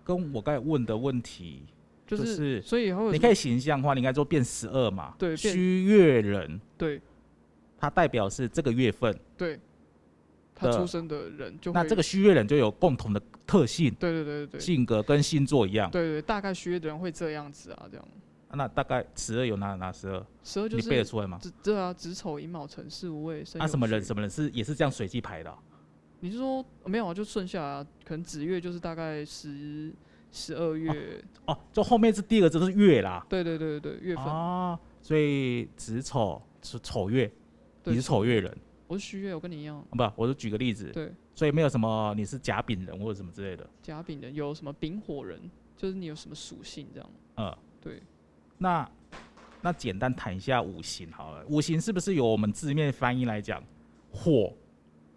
跟我刚才问的问题，
就、
就是是
所以会有
你可以形象化，你应该说变十二嘛？
对变
戌月人，
对
它代表是这个月份，
对，他
的
出生的人就会
那这个戌月人就有共同的特性、
对对对对对
性格跟星座一样。
对对，大概学的人会这样子啊，这样
那大概十二有哪哪十二？
十二就
你背得
是
出来吗？
子对啊，子丑寅卯辰巳午未申
啊，
酉
什么人
戌
什么人是也是这样随机排的哦、
你是说没有啊？就顺下来啊，可能子月就是大概十十二月，
哦，就后面是第二个字是月啦。
对对对对对，月份、
哦，所以子丑是丑月，
对
你是丑月人
我是虚月，我跟你一样，
啊？不，我就举个例子，
对，
所以没有什么你是甲丙人或者什么之类的。
甲丙人有什么丙火人，就是你有什么属性这样，
嗯，
对，
那那简单谈一下五行好了，五行是不是由我们字面翻译来讲，火，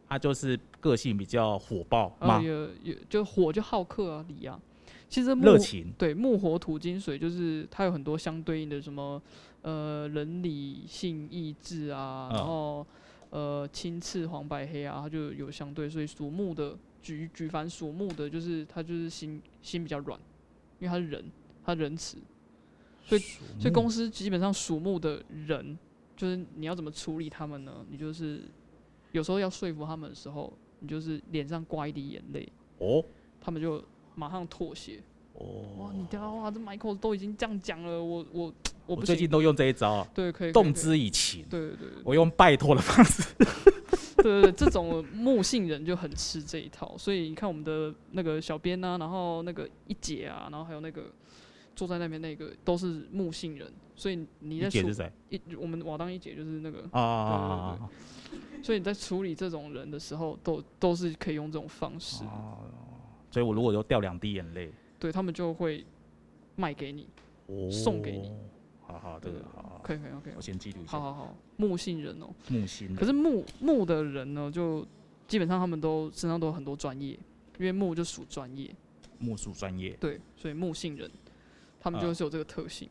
它就是个性比较火爆
啊
嘛，
也也就火就好客啊，理啊，其实木
热情，
对，木火土金水就是它有很多相对应的什么呃伦理性意志啊，然
嗯
后呃青赤黄白黑啊，它就有相对，所以属木的举举凡属木的，就是它就是心心比较软，因为它是人，它仁慈，所以
属
所
木
以公司基本上属木的人，就是你要怎么处理他们呢？你就是有时候要说服他们的时候，你就是脸上挂一滴眼泪，
哦
他们就马上妥协。哇，
哦，
你等下哇，这 Michael 都已经这样讲了，我我我
我
不
最
行
近都用这一招啊，
对可以可以可
动
以
之以情，
对对对对
我用拜托的方式。
对对对，这种木性人就很吃这一套，所以你看我们的那个小编啊，然后那个一姐啊，然后还有那个坐在那边那个都是木性人，所以你在
解
处
是谁
一我们瓦当一姐就是那个，
啊？
所以你在处理这种人的时候，都都是可以用这种方式，
哦，所以我如果就掉两滴眼泪，
对他们就会卖给你，
哦
送给你。
好好，这
对
个好好，
可以可以 OK，
我先记录一
好
下。
好好，木性人哦、
木星，
可是木木的人呢，就基本上他们都身上都有很多专业，因为木就属专业，
木术专业，
对，所以木性人，他们
啊
就是有这个特性，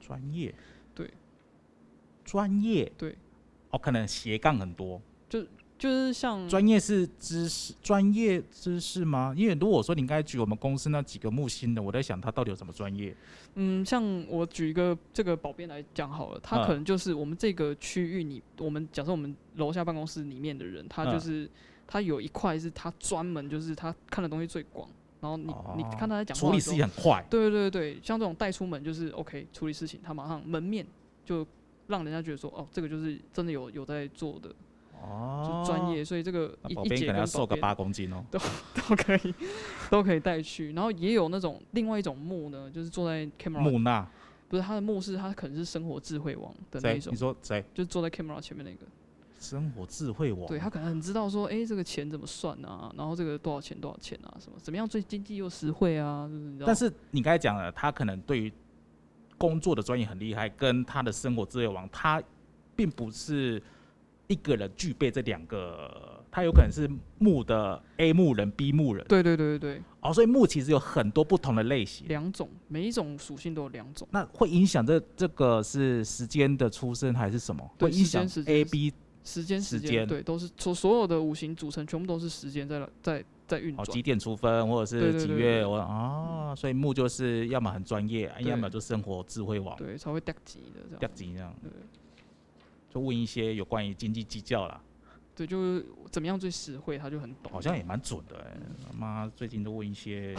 专业，
对，
专业，
对，
哦，可能斜杠很多。
就是像
专业是知识，专业知识吗？因为如果说你刚才举我们公司那几个木星的，我在想他到底有什么专业？
嗯，像我举一个这个保编来讲好了，他
啊
可能就是我们这个区域里，我们假设我们楼下办公室里面的人，他就
啊
是、他有一块是他专门就是他看的东西最广，然后你、你
哦
看他在讲话
处
的
理
时
事
候
情很快，
对对对，像这种带出门就是 OK 处理事情，他马上门面就让人家觉得说，哦，这个就是真的有有在做的，
哦
就，专。业，所以这个
那
一
保
一
镖可
节
能
跟
要瘦
保
个
镖
八公斤哦。
都可以 都可以带去，然后也有那种另外一种木呢，就是坐在 camera
木讷，
不是他的木是他可能是生活智慧王的那
谁
一？种
你，说谁？
就是坐在 camera 前面那个，
生活智慧网。
对他可能很知道说，哎、这个钱怎么算啊，然后这个多少钱多少钱啊，什么怎么样最经济又实惠啊，就是你知道，
但是你刚才讲了，他可能对于工作的专业很厉害，跟他的生活自由王，他并不是一个人具备这两个，他有可能是木的 A 木人、B 木人
对对对对对，
哦，所以木其实有很多不同的类型。
两种，每一种属性都有两种。
那会影响这这个是时间的出生还是什么？
对
会影响
时间时
A
间
B
时间
时
时间
间
对，都是所所有的五行组成全部都是时间在来在在运
哦，
转。
几点出分，或者
对
是
对
几
对
月
对
我啊，所以木就是要么很专业，
对
要么就生活智慧网，
对，才会掉级的这
掉
样。
级这样
对，
就问一些有关于经济计较啦，
对，就是怎么样最实惠，他就很懂。
好像也蛮准的欸。妈，最近都问一些，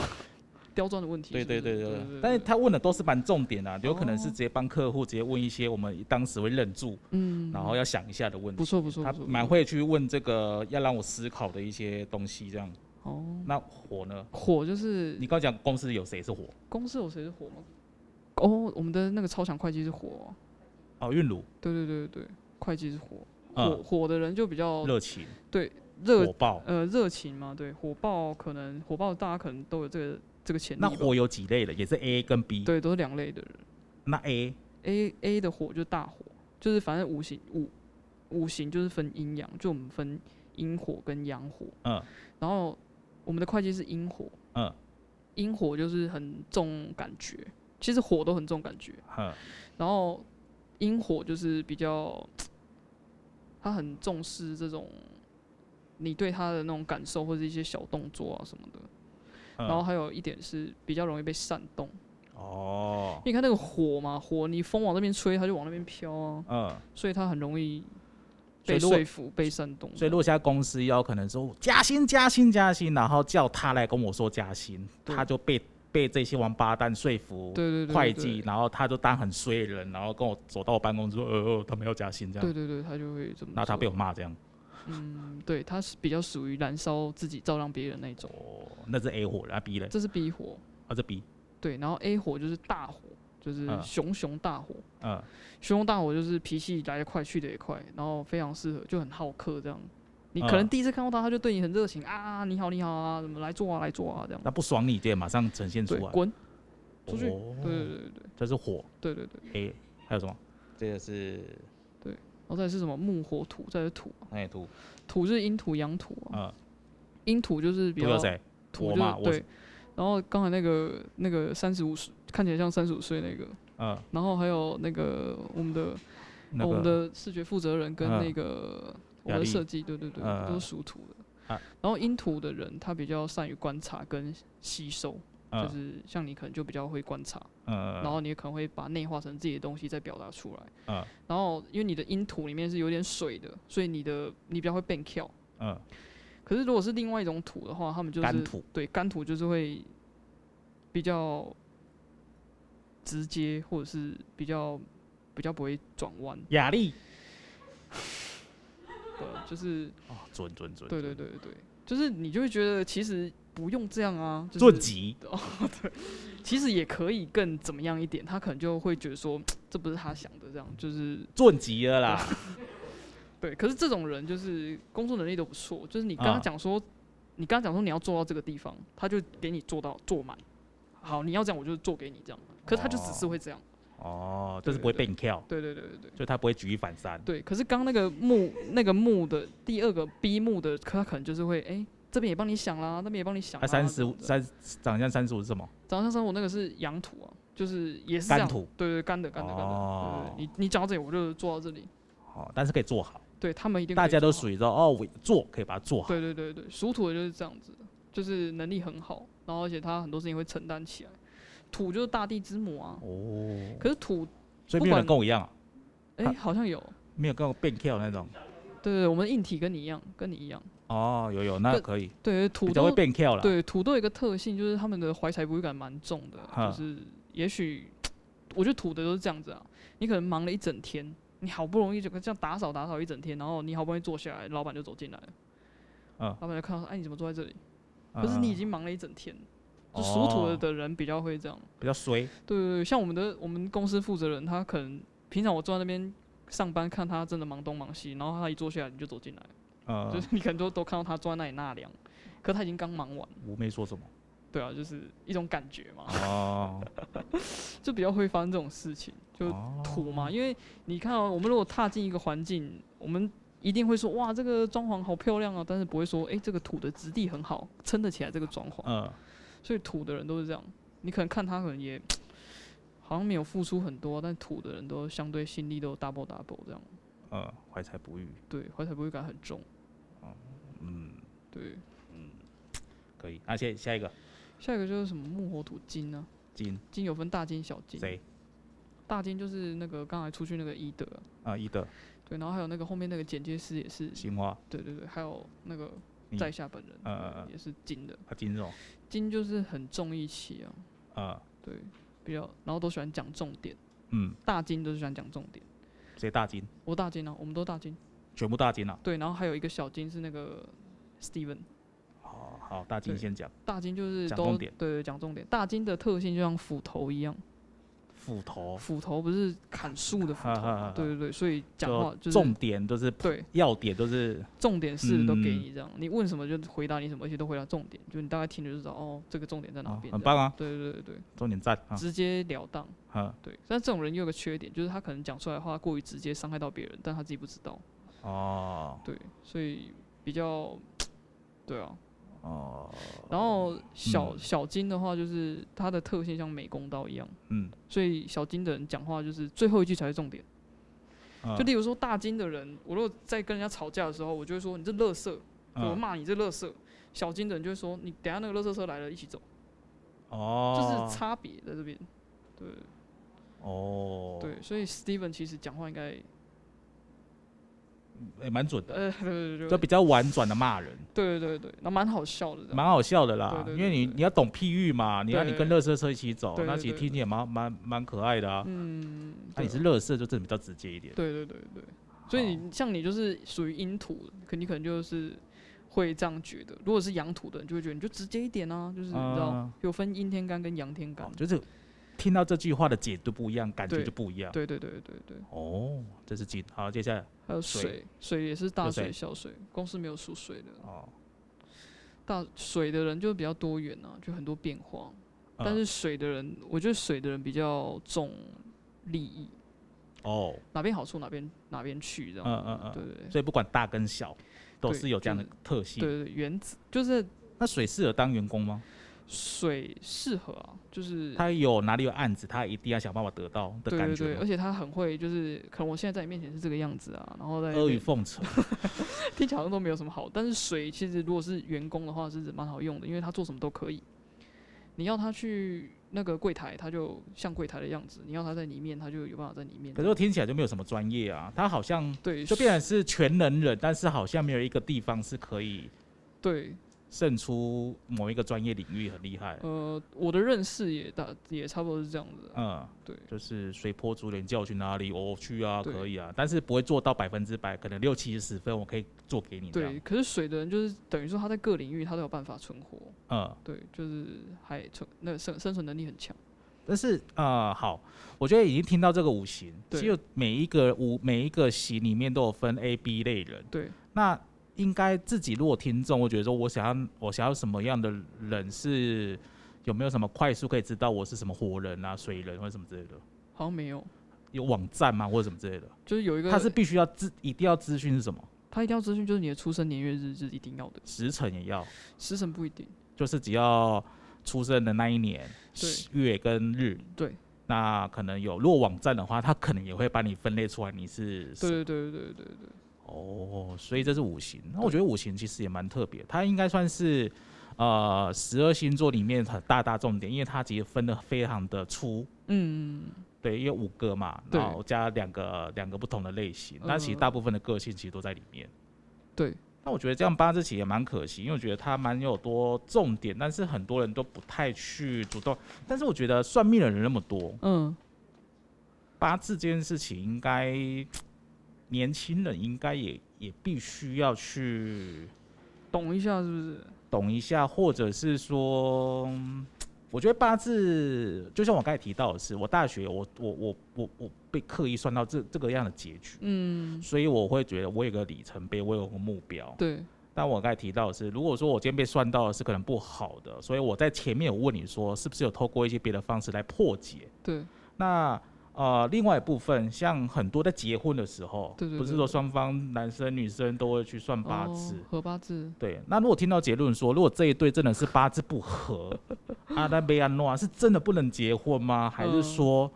刁钻的问题
对
是不
对
是。
对
对
对
对，
但是他问的都是蛮重点的，有可能是
哦
直接帮客户直接问一些我们当时会愣住，
嗯，
然后要想一下的问
不
题。
错不错
他
不错，
蛮
不错
会去问这个要让我思考的一些东西，这样。
哦。
那火呢？
火就是
你刚讲公司有谁是火？
公司有谁是火吗？哦，我们的那个超强会计是火哦、
哦，韵如，
对对对对对，会计是火，火
嗯，
火的人就比较
热情、
对
火
热
爆。
哦呃热情嘛，对火爆可能火爆大家可能都有这个这个潜力
那
吧，
火有几类的？也是 A 跟 B。
对都是两类的人
那 A
，A A 的火就是大火，就是反正五行五五行就是分阴阳，就我们分阴火跟阳火，
嗯，
然后我们的会计是阴火，
嗯，
阴火就是很重感觉，其实火都很重感觉，
嗯
然后阴火就是比较，他很重视这种你对他的那种感受或者一些小动作啊什么的。
嗯
然后还有一点是比较容易被煽动，
哦，
你看那个火嘛，火你风往那边吹，它就往那边飘啊，
嗯，
所以它很容易
所以
被
如果
说服、被煽动。
所以如果现在公司要可能说加薪、加薪、加薪，然后叫他来跟我说加薪，
对
他就被被这些王八蛋说服。
对对对对
会计，然后他就当很衰的人，然后跟我走到我办公室说，呃，呃他们要加薪这
对
样，
对对，他就会这么做。
那他被我骂这样，
嗯，对，他是比较属于燃烧自己、照亮别人那种，
哦，那是 A 火，然后 B 嘞，
这是 B 火。
啊这 B，
对，然后 A 火就是大火，就是
嗯
熊熊大火。
嗯，
熊熊大火就是脾气来得快，去得也快，然后非常适合，就很好客这样。你可能
嗯
第一次看到他，他就对你很热情啊，你好，你好啊，怎么来做啊，来做啊这样
那。不爽你就马上呈现出
对，
来，
滚，出去
哦
对对对对
这是火
对对对。
A，还有什么？这个是
然后再来是什么木火土，再来是土嘛，
那也土，
土是阴土阳土啊，
嗯，
阴土就是比
土
较
有谁？
土
我
就
嘛
是
我
对。然后刚才那个那个三十五岁，看起来像三十五岁那个，
嗯，
然后还有那个我们的
那
哦我们
个
的视觉负责人跟
嗯
那个我
雅
们的
丽
设计，对对对，
嗯
都
嗯
是属土的。
啊
然后阴土的人，他比较善于观察跟吸收，
嗯
就是像你可能就比较会观察，
嗯
然后你可能会把内化成自己的东西再表达出来。
嗯
然后因为你的阴土里面是有点水的，所以你的你比较会变跳。
嗯
可是如果是另外一种土的话，他们就是
干土
对干土就是会比较直接，或者是比较比较不会转弯。
雅丽，
对，就是
哦，准准准，
对对对对，就是你就会觉得其实不用这样啊，就是
准级，
其实也可以更怎么样一点，他可能就会觉得说这不是他想的这样，就是
准级了啦，
对。可是这种人就是工作能力都不错，就是你跟他
啊
讲说，你跟他讲说你要做到这个地方，他就给你做到做满。好，你要这样我就做给你这样，可是他就只是会这样，
哦，就是不会被你跳，
对哦对对对对。
所以他不会举一反三，
对，可是刚刚那个木那个木的第二个 B 木的，可他可能就是会哎、这边也帮你想啦，那边也帮你想啦。
他三
这
十
样
五
子
三长相三十五是什么？
掌上生活那个是阳土啊，就是也是这
干
样
土，
对对干的干的干的，
哦
对对对，你你讲到这里我就做到这里，
哦，但是可以做好，
对他们一定
大家都
属
属于说哦，我做可以把它做好，
对对对对，属土的就是这样子的，就是能力很好，然后而且他很多事情会承担起来，土就是大地之母啊，
哦，
可是土
所以
不
没有
管
人跟我一样啊，
哎、
啊
好像有，
没有跟我变跳那种，
对对对，我们硬体跟你一样，跟你一样，
哦，有有，那
对
可以，
对对土
比较会
都
变跳了，，
对土都有一个特性，就是他们的怀才不遇感蛮重的，
哈
就是也许我觉得土的都是这样子啊，你可能忙了一整天，你好不容易就这样打扫打扫一整天，然后你好不容易坐下来，老板就走进来了，
嗯
老板就看到说，哎，你怎么坐在这里？可是你已经忙了一整天，就属土
哦
的的人比较会这样。
比较衰，
对对对，像我们的我们公司负责人，他可能平常我坐在那边。上班看他真的忙东忙西，然后他一坐下来你就走进来，
呃
就，是你可能都都看到他坐在那里纳凉，可他已经刚忙完，
我没说什么，
对啊，就是一种感觉嘛。
哦，
就比较会发生这种事情，就
哦
土嘛。因为你看、哦，我们如果踏进一个环境，我们一定会说哇，这个装潢好漂亮啊，但是不会说哎、诶这个土的质地很好，撑得起来这个装潢。
嗯，
所以土的人都是这样，你可能看他可能也好像没有付出很多，但土的人都相对心力都 double double 这样，
呃，怀才不遇，
对，怀才不遇感很重，
嗯，
对，
可以。那、下下一个
下一个就是什么木火土金呢、
金
金有分大金小金，
谁？
大金就是那个刚才出去那个伊德啊、
啊，一的
对，然后还有那个后面那个剪接师也是，
青花，
对对对，还有那个
你
在下本人，
呃呃呃
也是金的，
啊，金肉，
金就是很重义气啊，
啊，
对，比较，然后都喜欢讲重点，
嗯，
大金都是喜欢讲重点，
谁大金？
我大金啊，我们都大金，
全部大金啊。
对，然后还有一个小金是那个 Steven，
好好，大金
对
先讲。
大金就是
讲
都
重点
对对讲重点，大金的特性就像斧头一样，
斧头，
斧头不是砍树的斧头
哈哈哈
嘛，对对对，所以讲话就是
重点都是
对
要点都是
重点事都给
嗯
你这样，你问什么就回答你什么，而且都回答重点，就你大概听着就知道哦，这个重点在哪
哦
边、
很棒啊，
对对对对，
重点赞啊
直截了当。
啊
对，但这种人又有个缺点，就是他可能讲出来的话过于直接，伤害到别人，但他自己不知道。
哦
对，所以比较，对啊。
哦，
然后小、
嗯
小金的话，就是他的特性像美工刀一样，
嗯，
所以小金的人讲话就是最后一句才是重点。
啊
就例如说大金的人，我如果在跟人家吵架的时候，我就会说你这乐色，
啊
我骂你这乐色。小金的人就会说你等一下那个乐色车来了，一起走，
哦，
就是差别在这边。对
哦，
对，所以 Steven 其实讲话应该
也蛮准的，
呃，对对对
就比较婉转的骂人，
对对对，那蛮好笑的这样。
蛮好笑的啦。
啊对对
因
对
为你
对
你要懂譬喻嘛，你要你
对
跟乐色车一起走，
对
那
对
其实
对
听起来蛮蛮蛮可爱的啊。
嗯，
那
对
你是乐色，就真的比较直接一点。
对对对对，所以你像你就是属于阴土的，可你可能就是会这样觉得。如果是阳土的，你就会觉得你就直接一点啊，就是你知道
啊
有分阴天干跟阳天干
哦。就是听到这句话的解读不一样，感觉
对
就不一样。
对对对对对，
哦，这是金。好，接下来
还有
水
水，水也是大
有水
水小水，公司没有属水的。
哦，
大水的人就比较多元啊，就很多变化。
嗯
但是水的人，我觉得水的人比较重利益，
哦，
哪边好处哪边哪边去这样。
嗯嗯嗯
对对对。
所以不管大跟小，都
对
是有这样的
就
特性。
对对对，原子就是
那水适合当员工吗？
水适合啊，就是
他有哪里有案子，他一定要想办法得到的
对
感
对对，
觉
而
吗。
且他很会，就是可能我现在在你面前是这个样子啊，然后在那
阿谀
边
奉 承，
听起来好像都没有什么好，但是水其实如果是员工的话是蛮好用的，因为他做什么都可以。你要他去那个柜台，他就像柜台的样子；你要他在里面，他就有办法在里面。
可是我听起来就没有什么专业啊。他好像
对，
就变成是全能人，但是好像没有一个地方是可以
对，
胜出某一个专业领域很厉害。
呃，我的认识也大也差不多是这样子啊、
嗯，
对
就是随波逐流，叫去哪里我去啊，
对
可以啊，但是不会做到百分之百，可能六七十分我可以做给你这
对，
样。
可是水的人就是等于说他在各领域他都有办法存活，
嗯，
对，就是还存那个生生存能力很强。
但是啊，好，我觉得已经听到这个五行，
对
只有每一个五每一个型里面都有分 A、B 类人。
对，
那应该自己如果听众，我觉得说我想要我想要什么样的人是有没有什么快速可以知道我是什么火人啊、水人或者什么之类的，
好像没有，
有网站吗或者什么之类的？
就是有一个
他是必须要资一定要资讯是什么？
他一定要资讯，就是你的出生年月日是一定要的，
时辰也要，
时辰不一定。
就是只要出生的那一年
对
月跟日。
对
那可能有，如果网站的话，他可能也会把你分类出来，你是什
对对对对对对
哦，所以这是五行。那我觉得五行其实也蛮特别，它应该算是呃十二星座里面很大大重点，因为它其实分的非常的粗。
嗯，
对，因为五个嘛，
对
然后加两个两个不同的类型，
嗯
那其实大部分的个性其实都在里面。
对
那我觉得这样八字其实也蛮可惜，因为我觉得它蛮有多重点，但是很多人都不太去主动。但是我觉得算命的人那么多，
嗯，
八字这件事情应该年轻人应该也也必须要去
懂一下是不是？
懂一下，或者是说，嗯我觉得八字就像我刚才提到的是，我大学我我我我我被刻意算到这这个样的结局，
嗯，
所以我会觉得我有个里程碑，我有个目标。
对
但我刚才提到的是，如果说我今天被算到的是可能不好的，所以我在前面我问你说，是不是有透过一些别的方式来破解？
对
那呃，另外一部分，像很多在结婚的时候，
对对
不是
对
说
对
双方男生女生都会去算八
哦
字，
合八字，
对，那如果听到结论说，如果这一对真的是八字不合，阿丹贝安诺啊是真的不能结婚吗？还是
嗯
说，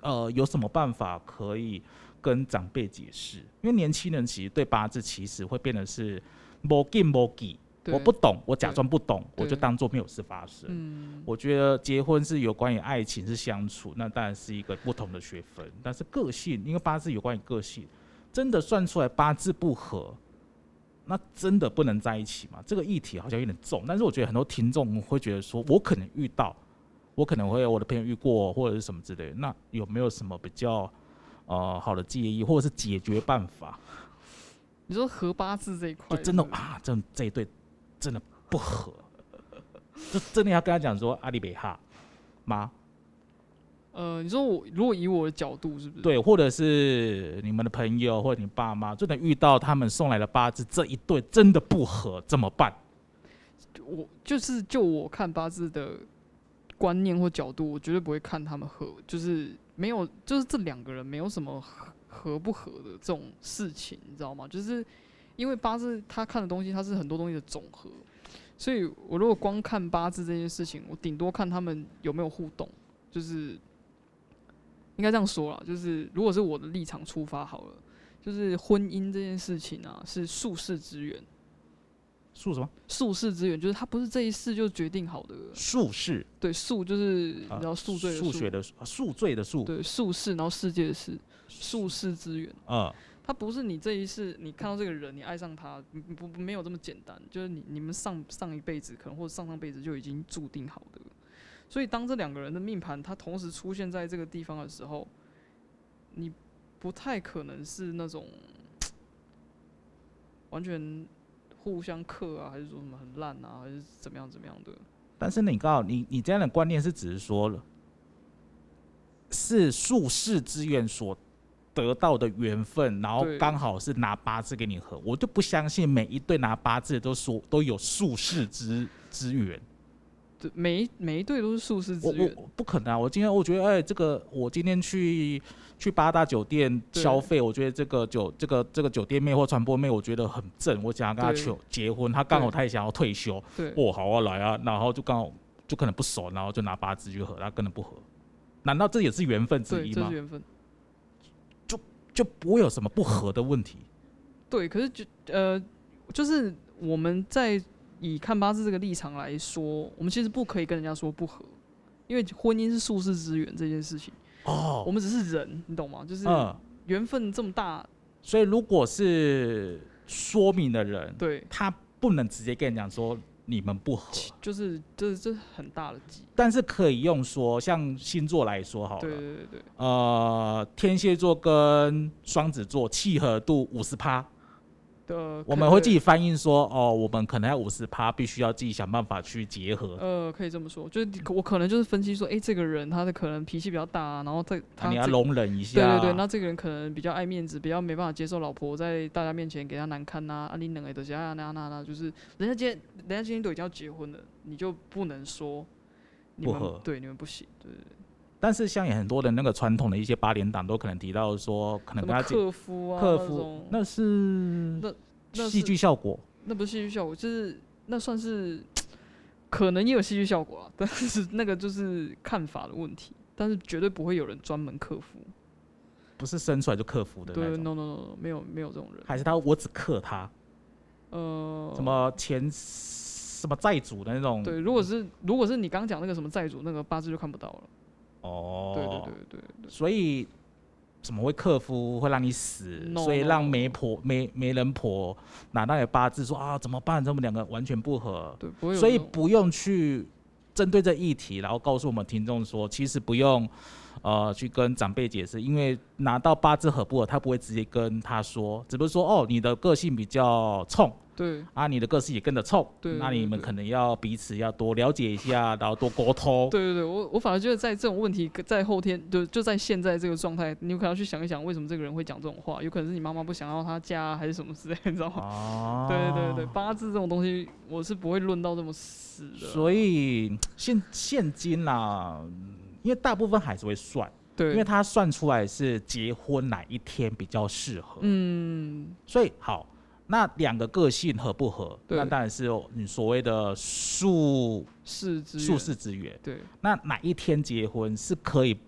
呃，有什么办法可以跟长辈解释？因为年轻人其实对八字其实会变得是 m o g i m o g i
对
我不懂，我假
对
装不懂，我就
对
当做没有事发生。
嗯，
我觉得结婚是有关于爱情是相处，那当然是一个不同的学分。但是个性，因为八字有关于个性，真的算出来八字不合，那真的不能在一起嘛？这个议题好像有点重，但是我觉得很多听众会觉得说，我可能遇到，我可能会有我的朋友遇过或者是什么之类的，那有没有什么比较呃好的建议或者是解决办法？
你说合八字这一块
就真的啊，这这一对真的不合，就真的要跟他讲说阿啊里北哈妈。
呃，你说我如果以我的角度是不是？，
对，或者是你们的朋友或者你爸妈，真的遇到他们送来的八字这一对真的不合，怎么办？
我就是就我看八字的观念或角度，我绝对不会看他们合，就是没有，就是这两个人没有什么合合不合的这种事情，你知道吗？就是因为八字他看的东西，它是很多东西的总和，所以我如果光看八字这件事情，我顶多看他们有没有互动，就是应该这样说啦，就是如果是我的立场出发好了，就是婚姻这件事情啊，是术士之缘。
术什么？
术士之源，就是他不是这一世就决定好的。
术士，
对，术就是你
啊
知道宿醉的
数学
的，
的数啊宿醉的宿，
对，术士，然后世界的世，术士之源，
嗯，
他不是你这一世你看到这个人你爱上他，你不不没有这么简单，就是你你们上上一辈子可能或者上上辈子就已经注定好的。所以当这两个人的命盘它同时出现在这个地方的时候，你不太可能是那种完全互相克啊，还是说什么很烂啊，还是怎么样怎么样的。
但是你告诉你，你这样的观念是只是说了，是术士之愿所得到的缘分，然后
对
刚好是拿八字给你合，我就不相信每一对拿八字都说都有术士之之缘。
对，每一每一队都是术士
我
资
我
源，
我不可能啊！我今天我觉得，哎、这个我今天去去八大酒店
对
消费，我觉得这个酒这个这个酒店妹或传播妹，我觉得很正，我想要跟她
对
求结婚，她刚好
对
她也想要退休，
对，
哦，好啊，来啊，然后就刚好就可能不熟，然后就拿八字去合，她根本不合，难道这也是缘分之
对，
一
这
吗
是？缘分。
就不会有什么不合的问题。
对，可是就呃，就是我们在以看八字这个立场来说，我们其实不可以跟人家说不合，因为婚姻是术士之缘这件事情，
哦，
我们只是人，你懂吗？就是
嗯，
缘分这么大，
所以如果是说明的人，
对，
他不能直接跟你讲说你们不合。
就是这这很大的忌。
但是可以用说，像星座来说好了，
对对对对，
呃，天蝎座跟双子座契合度五十趴，
呃，
我
可
们会自
对
己翻译说，哦，我们可能要五十趴，必须要自己想办法去结合。
呃，可以这么说，就是我可能就是分析说，哎、这个人他的可能脾气比较大、啊，然后他
啊
他
你要
这
容忍一下，
对对对，那这个人可能比较爱面子，比较没办法接受老婆在大家面前给他难堪呐、啊，你冷哎，都是啊那那那，就是人家今天人家今天都已经要结婚了，你就不能说你
不
们
合
对你们不行，对
但是像很多的那个传统的一些八连档都可能提到说，可能
什
跟
么
他
克夫啊，
克
那
服
种，
那是
那
戏
是
剧效果。
那不是戏剧效果，就是那算是可能也有戏剧效果啊，但是那个就是看法的问题，但是绝对不会有人专门克夫，
不是生出来就克服的
对
那种，
，no no no no，没有没有这种人，
还是他我只克他，
呃，
什么前什么债主的那种，
对，如果是如果是你刚讲那个什么债主，那个八字就看不到了。
哦，
对对对对对，
所以怎么会克夫会让你死
No,
所以
no,
让
no.
媒婆媒媒人婆拿到你的八字说啊怎么办？这们两个完全不合，
对不会有
所
那
以
种
不用去针对这议题，然后告诉我们听众说，其实不用呃去跟长辈解释，因为拿到八字合不合，他不会直接跟他说，只不过说哦你的个性比较冲。
对
啊，你的个性也跟着冲，
对
那
对
你们
对
可能要彼此要多了解一下，然后多沟通
对。对对，我我反而觉得在这种问题在后天就就在现在这个状态，你有可能要去想一想，为什么这个人会讲这种话？有可能是你妈妈不想要他嫁啊还是什么之类的，你知道吗？
哦，
对对对，八字这种东西我是不会论到这么死的。
所以现现今啦，嗯因为大部分还是会算，因为
对，
他算出来是结婚哪一天比较适合。
嗯，
所以好，那两个个性合不合？
对
那当然是有你所谓的数
是之
数
源
世之缘。
对，
那哪一天结婚是可以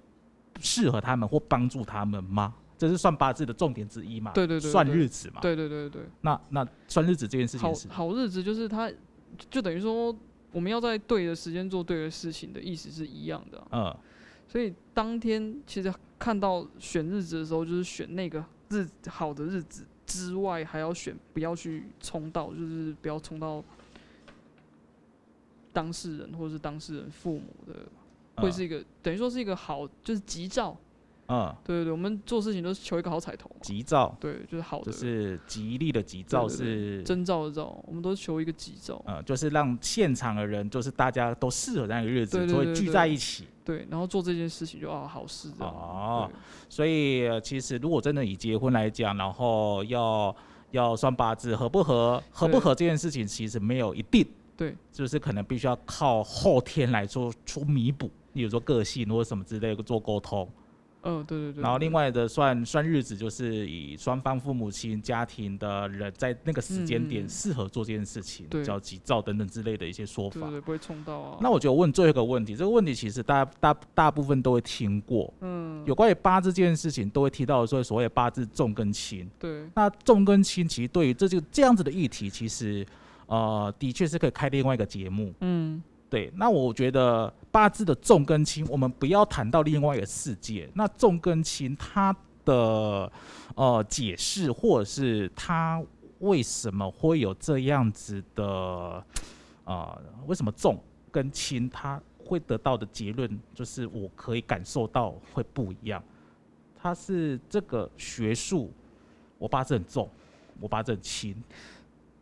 适合他们或帮助他们吗？这这是算八字的重点之一嘛？
对对对对
算
对
日子嘛。
对对对对
那那算日子这件事
好
情是
好日子就是它，就等于说我们要在对的时间做对的事情的意思是一样的啊、
嗯
所以当天其实看到选日子的时候，就是选那个日好的日子之外，还要选不要去冲到，就是不要冲到当事人或者是当事人父母的，会是一
啊
个、等于说是一个好，就是吉兆。
嗯
对对对，我们做事情都是求一个好彩头嘛。
吉兆，
对，就是好
就
的，
是吉利的吉兆
对对
是
征兆的兆，我们都是求一个吉兆。
呃，就是让现场的人就是大家都适合那个日
对
子，
对
所以
对
聚
对
在一起。
对，然后做这件事情就啊好事这样。
哦
对，
所以呃其实如果真的以结婚来讲，然后要要算八字合不合，合不
对
合这件事情其实没有一定，
对，
就是可能必须要靠后天来做出弥补，例如说个性或者什么之类的做沟通。
嗯、对对对。
然后
对
另外的算算日子，就是以双方父母亲家庭的人在那个时间
嗯嗯
点
嗯
适合做这件事情，
对
叫急躁等等之类的一些说
对
法
对。对，不会冲到啊。
那我觉得问最后一个问题，这个问题其实大大大部分都会听过，
嗯，
有关于八字这件事情，都会提到说所谓八字重跟轻。
对
那重跟轻，其实对于这就这样子的议题，其实呃的确是可以开另外一个节目。
嗯。
对，那我觉得八字的重跟轻，我们不要谈到另外一个世界。那重跟轻，它的呃解释，或者是它为什么会有这样子的呃，为什么重跟轻，它会得到的结论，就是我可以感受到会不一样。它是这个学术，我八字很重，我八字很轻，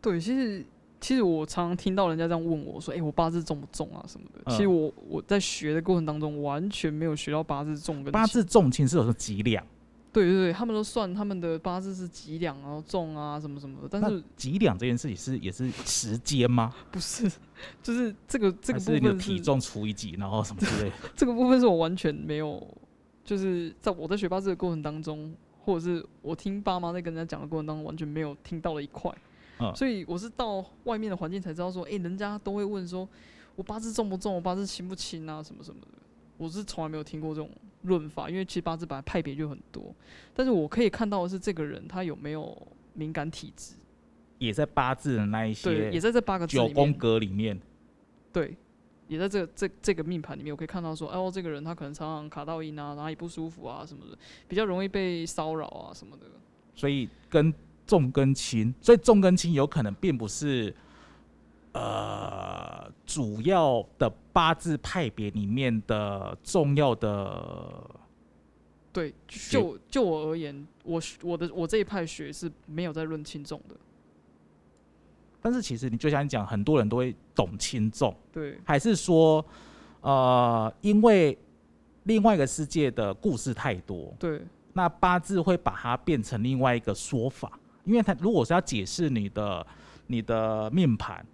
对，其实其实我常常听到人家这样问我说：“哎、我八字重不重啊？什么的。
嗯
其实我我在学的过程当中，完全没有学到八字重跟
八
轻。
字重轻是有什么几两？
对对对，他们都算他们的八字是几两，然后重啊什么什么的，但
那
是
几两这件事情是也是时间吗？
不是， 就是这个这个
还
部
是你的
分
体重除以几，然后什么之类 的？
这个部分是我完全没有，就是在我在学八字的过程当中，或者是我听爸妈在跟人家讲的过程当中，完全没有听到的一块。
嗯
所以我是到外面的环境才知道说，哎、人家都会问说，我八字重不重，我八字轻不轻啊，什么什么的。我是从来没有听过这种论法，因为其实八字本来派别就很多，但是我可以看到的是这个人他有没有敏感体质，
也在八字的那一
对，也
些
在这八个字
九
里
宫
面，
格里面，
对，也在这这这个命盘里面，我可以看到说，哦，这个人他可能常常卡到音啊，哪里不舒服啊什么的，比较容易被骚扰啊什么的。
所以跟重跟轻，所以重跟轻有可能并不是呃主要的八字派别里面的重要的
对，
学
就就我而言，我学我的我这一派学是没有在论轻重的。
但是其实你就像你讲，很多人都会懂轻重，
对
还是说呃因为另外一个世界的故事太多，
对
那八字会把它变成另外一个说法，因为它如果是要解释你的你的命盘，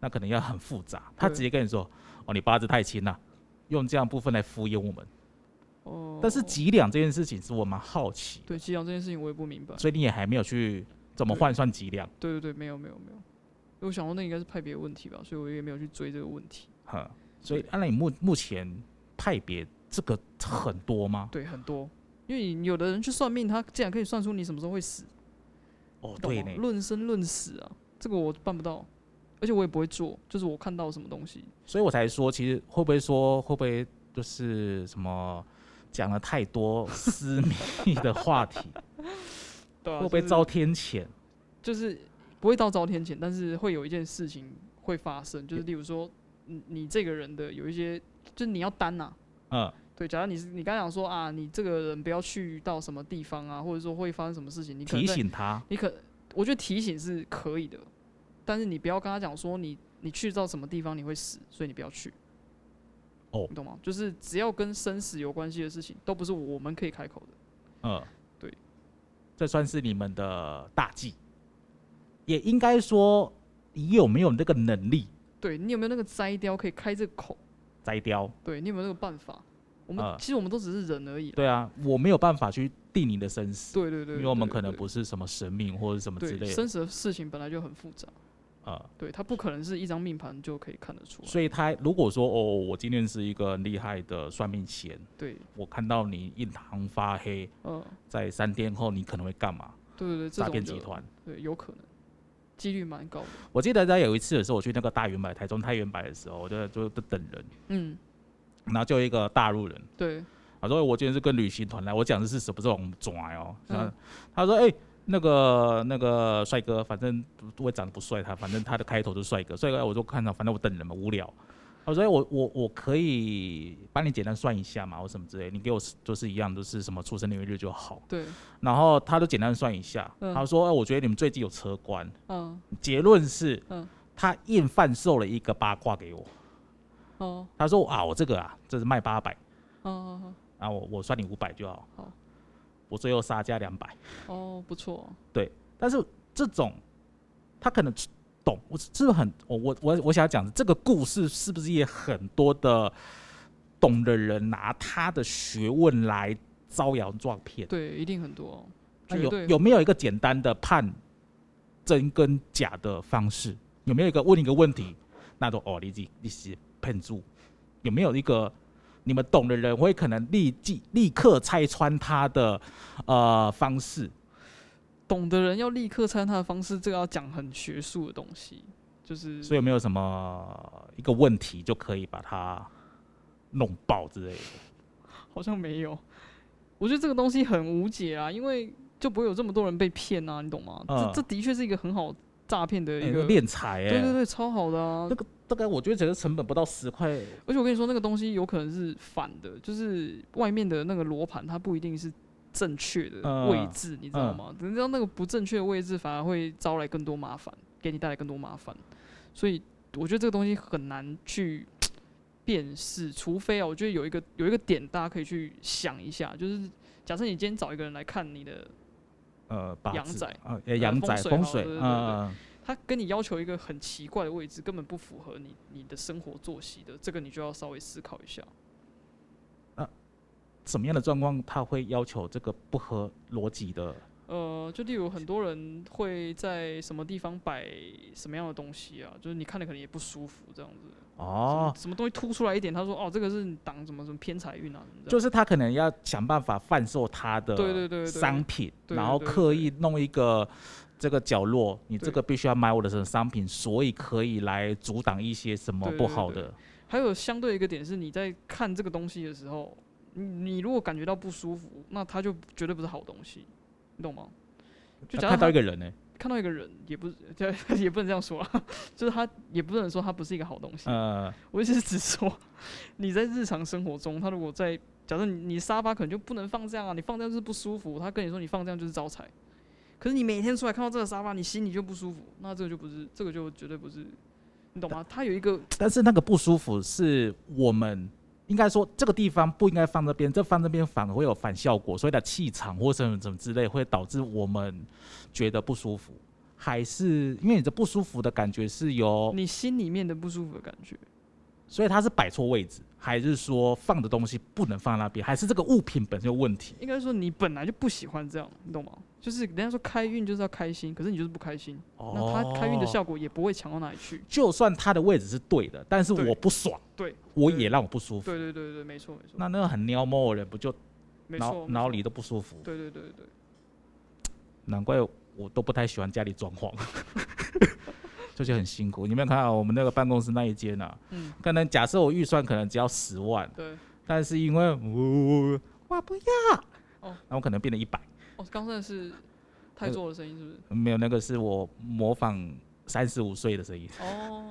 那可能要很复杂。他
对
直接跟你说：“哦，你八字太轻了、用这样部分来敷衍我们。
哦，
但是几两这件事情是我蛮好奇，
对脊梁这件事情我也不明白。
所以你也还没有去怎么
对
换算几两。
对对对，没有没有没有，因为我想说那应该是派别的问题吧，所以我也没有去追这个问题。
哼，所以啊按照你目目前派别这个很多吗？
对，很多，因为你有的人去算命，他竟然可以算出你什么时候会死，
哦，
懂
对
吗
呢？，
论生论死啊，这个我办不到，而且我也不会做，就是我看到什么东西，
所以我才说，其实会不会说会不会就是什么讲了太多私 密的话题？
对啊
会不会遭天谴？
就是不会到遭天谴，但是会有一件事情会发生，就是例如说，你你这个人的有一些，就是你要担呐、
嗯，
对，假如你是你刚才讲说啊，你这个人不要去到什么地方啊，或者说会发生什么事情，你可能
提
在，
醒他，
你可，我觉得提醒是可以的，但是你不要跟他讲说你你去到什么地方你会死，所以你不要去。
哦
你懂吗？就是只要跟生死有关系的事情，都不是我们可以开口的。
嗯，
对，
这算是你们的大忌，也应该说你有没有那个能力
对你有没有那个摘雕可以开这个口？
摘雕？
对你有没有那个办法？我们、
啊
其实我们都只是人而已啦。
对啊，我没有办法去定你的生死，
对对对，
因为我们
对
可能
对
不是什么神明或者什么之
对
类的。
生死的事情本来就很复杂。
呃，
对，它不可能是一张命盘就可以看得出来。
所以他如果说哦，我今天是一个很厉害的算命仙，
对，
我看到你印堂发黑，
呃，
在三天后你可能会干嘛？
对对对，这
诈
种
骗
就
集团。
对有可能，几率蛮高的。
我记得在有一次的时候，我去那个大圆柏，台中太原柏的时候，我就就就等人，
嗯，
然后就有一个大陆人，
对，
他说哎我今天是跟旅行团来，我讲的是什么这种拽哦，他
嗯
他说哎、那个那个帅哥，反正我长得不帅，他反正他的开头就是帅哥，帅哥我就看到，反正我等人嘛，无聊。我说哎我我我可以帮你简单算一下嘛，或什么之类，你给我就是一样，就是什么出生年月日就好。
对，
然后他就简单算一下，
嗯
他说、哎，我觉得你们最近有车关，
嗯，
结论是，
嗯
他硬贩售了一个八卦给我。
哦，
他说啊，我这个啊，这是卖八百，
哦哦，
啊，我我算你五百就好。
好
我最后杀价两百。
哦，不错哦，
但是这种，他可能懂，我是是不是很我我我我想讲这个故事是不是也很多的懂的人拿他的学问来招摇撞骗？
对，一定很多哦，
那
绝
啊有
对
有没有一个简单的判真跟假的方式？有没有一个问一个问题，那都哦，你自己你是骗住？有没有一个你们懂的人会可能立即立刻拆穿他的呃方式？
懂的人要立刻参他的方式，这个要讲很学术的东西，就是
所以有没有什么一个问题就可以把它弄爆之类的？
好像没有。我觉得这个东西很无解啊，因为就不会有这么多人被骗啊，你懂吗？
嗯
这这的确是一个很好诈骗的一
哎
个，
练财
对对
哎，
对，超好的啊
那。个大概我觉得整个成本不到十块，
而且我跟你说，那个东西有可能是反的，就是外面的那个罗盘，它不一定是正确的位
嗯
置，你知道吗？你知道那个不正确的位置，反而会招来更多麻烦，给你带来更多麻烦。所以我觉得这个东西很难去辨识，除非啊，我觉得有一个有一个点大家可以去想一下，就是假设你今天找一个人来看你的，
呃，八
阳
字
宅
呃，哎阳
风
宅
水
风
好
水，
对对对
嗯，
他跟你要求一个很奇怪的位置，根本不符合你你的生活作息的，这个你就要稍微思考一下。
什么样的状况他会要求这个不合逻辑的？
呃，就例如很多人会在什么地方摆什么样的东西啊，就是你看了可能也不舒服这样子。
哦，
什么东西凸出来一点，他说哦，这个是挡什么什么偏财运啊什么的。
就是他可能要想办法贩售他的
对对对对
商品，
对对
然后
对
刻意弄一个这个角落，你这
对
个必须要买我的什么商品，所以可以来阻挡一些什么
对对
不
对
好
对
的。
还有相对一个点是，你在看这个东西的时候，你你如果感觉到不舒服，那它就绝对不是好东西，你懂吗？就
他
假
啊看
如
到
他
一个人呢，
看到一个人，也不是 也不能这样说啊， 就是他也不能说他不嗯是一个好东西。
呃，
我就是只说，你在日常生活中，他如果在，假设你你沙发可能就不能放这样啊，你放这样就是不舒服。他跟你说你放这样就是招财，可是你每天出来看到这个沙发，你心里就不舒服，那这个就不是，这个就绝对不是，你懂吗？他有一个
但是那个不舒服是我们。应该说这个地方不应该放这边，这放这边反而会有反效果，所以的气场或什么什么之类，会导致我们觉得不舒服，还是因为你的不舒服的感觉是由
你心里面的不舒服的感觉。
所以他是摆错位置，还是说放的东西不能放那边，还是这个物品本身有问题？
应该说你本来就不喜欢这样，你懂吗？就是人家说开运就是要开心，可是你就是不开心，
哦
那他开运的，效果也不会强到哪里去。
就算他的位置是对的，但是
对
我不爽，
对，
我
对
也让我不舒服。
对对对对，没错没错，
那那个很撩猫的人，不就
没
脑
错，
脑
没错
里都不舒服？
对对对对对。
难怪我都不太喜欢家里装潢， 就是很辛苦。你们看啊我们那个办公室那一间啊，
嗯
可能假设我预算可能只要十万，
对，
但是因为我我不要，
哦
那我可能变成一百。
哦，刚才是
那
太
个
做的声音是不是？
没有，那个是我模仿三十五岁的声音。
哦，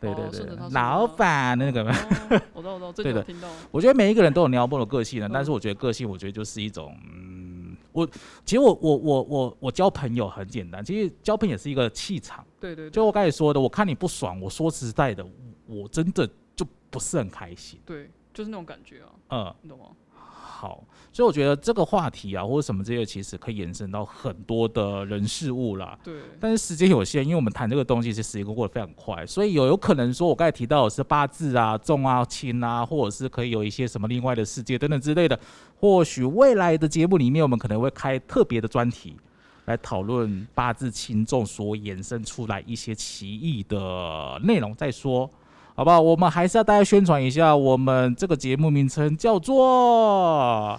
对
哦
对
顺着他
对，
说
老
的
板那个
啊，
嘛，
哦我知道我 知道，最
对
近有
的
听到，
我觉得每一个人都有撩拨的个性的，
嗯
但是我觉得个性，我觉得就是一种，嗯，我其实我我我我我交朋友很简单，其实交朋友也是一个气场。
对对
就
对
我刚才说的，我看你不爽，我说实在的，我真的就不是很开心。
对，就是那种感觉啊，
嗯，
你懂吗？
好，所以我觉得这个话题啊，或者什么这些，其实可以延伸到很多的人事物啦。
对，
但是时间有限，因为我们谈这个东西，其实时间过得非常快，所以有有可能说，我刚才提到的是八字啊、重啊、轻啊，或者是可以有一些什么另外的世界等等之类的。或许未来的节目里面，我们可能会开特别的专题，来讨论八字轻重所衍生出来一些奇异的内容再说，好不好？我们还是要大家宣传一下，我们这个节目名称叫做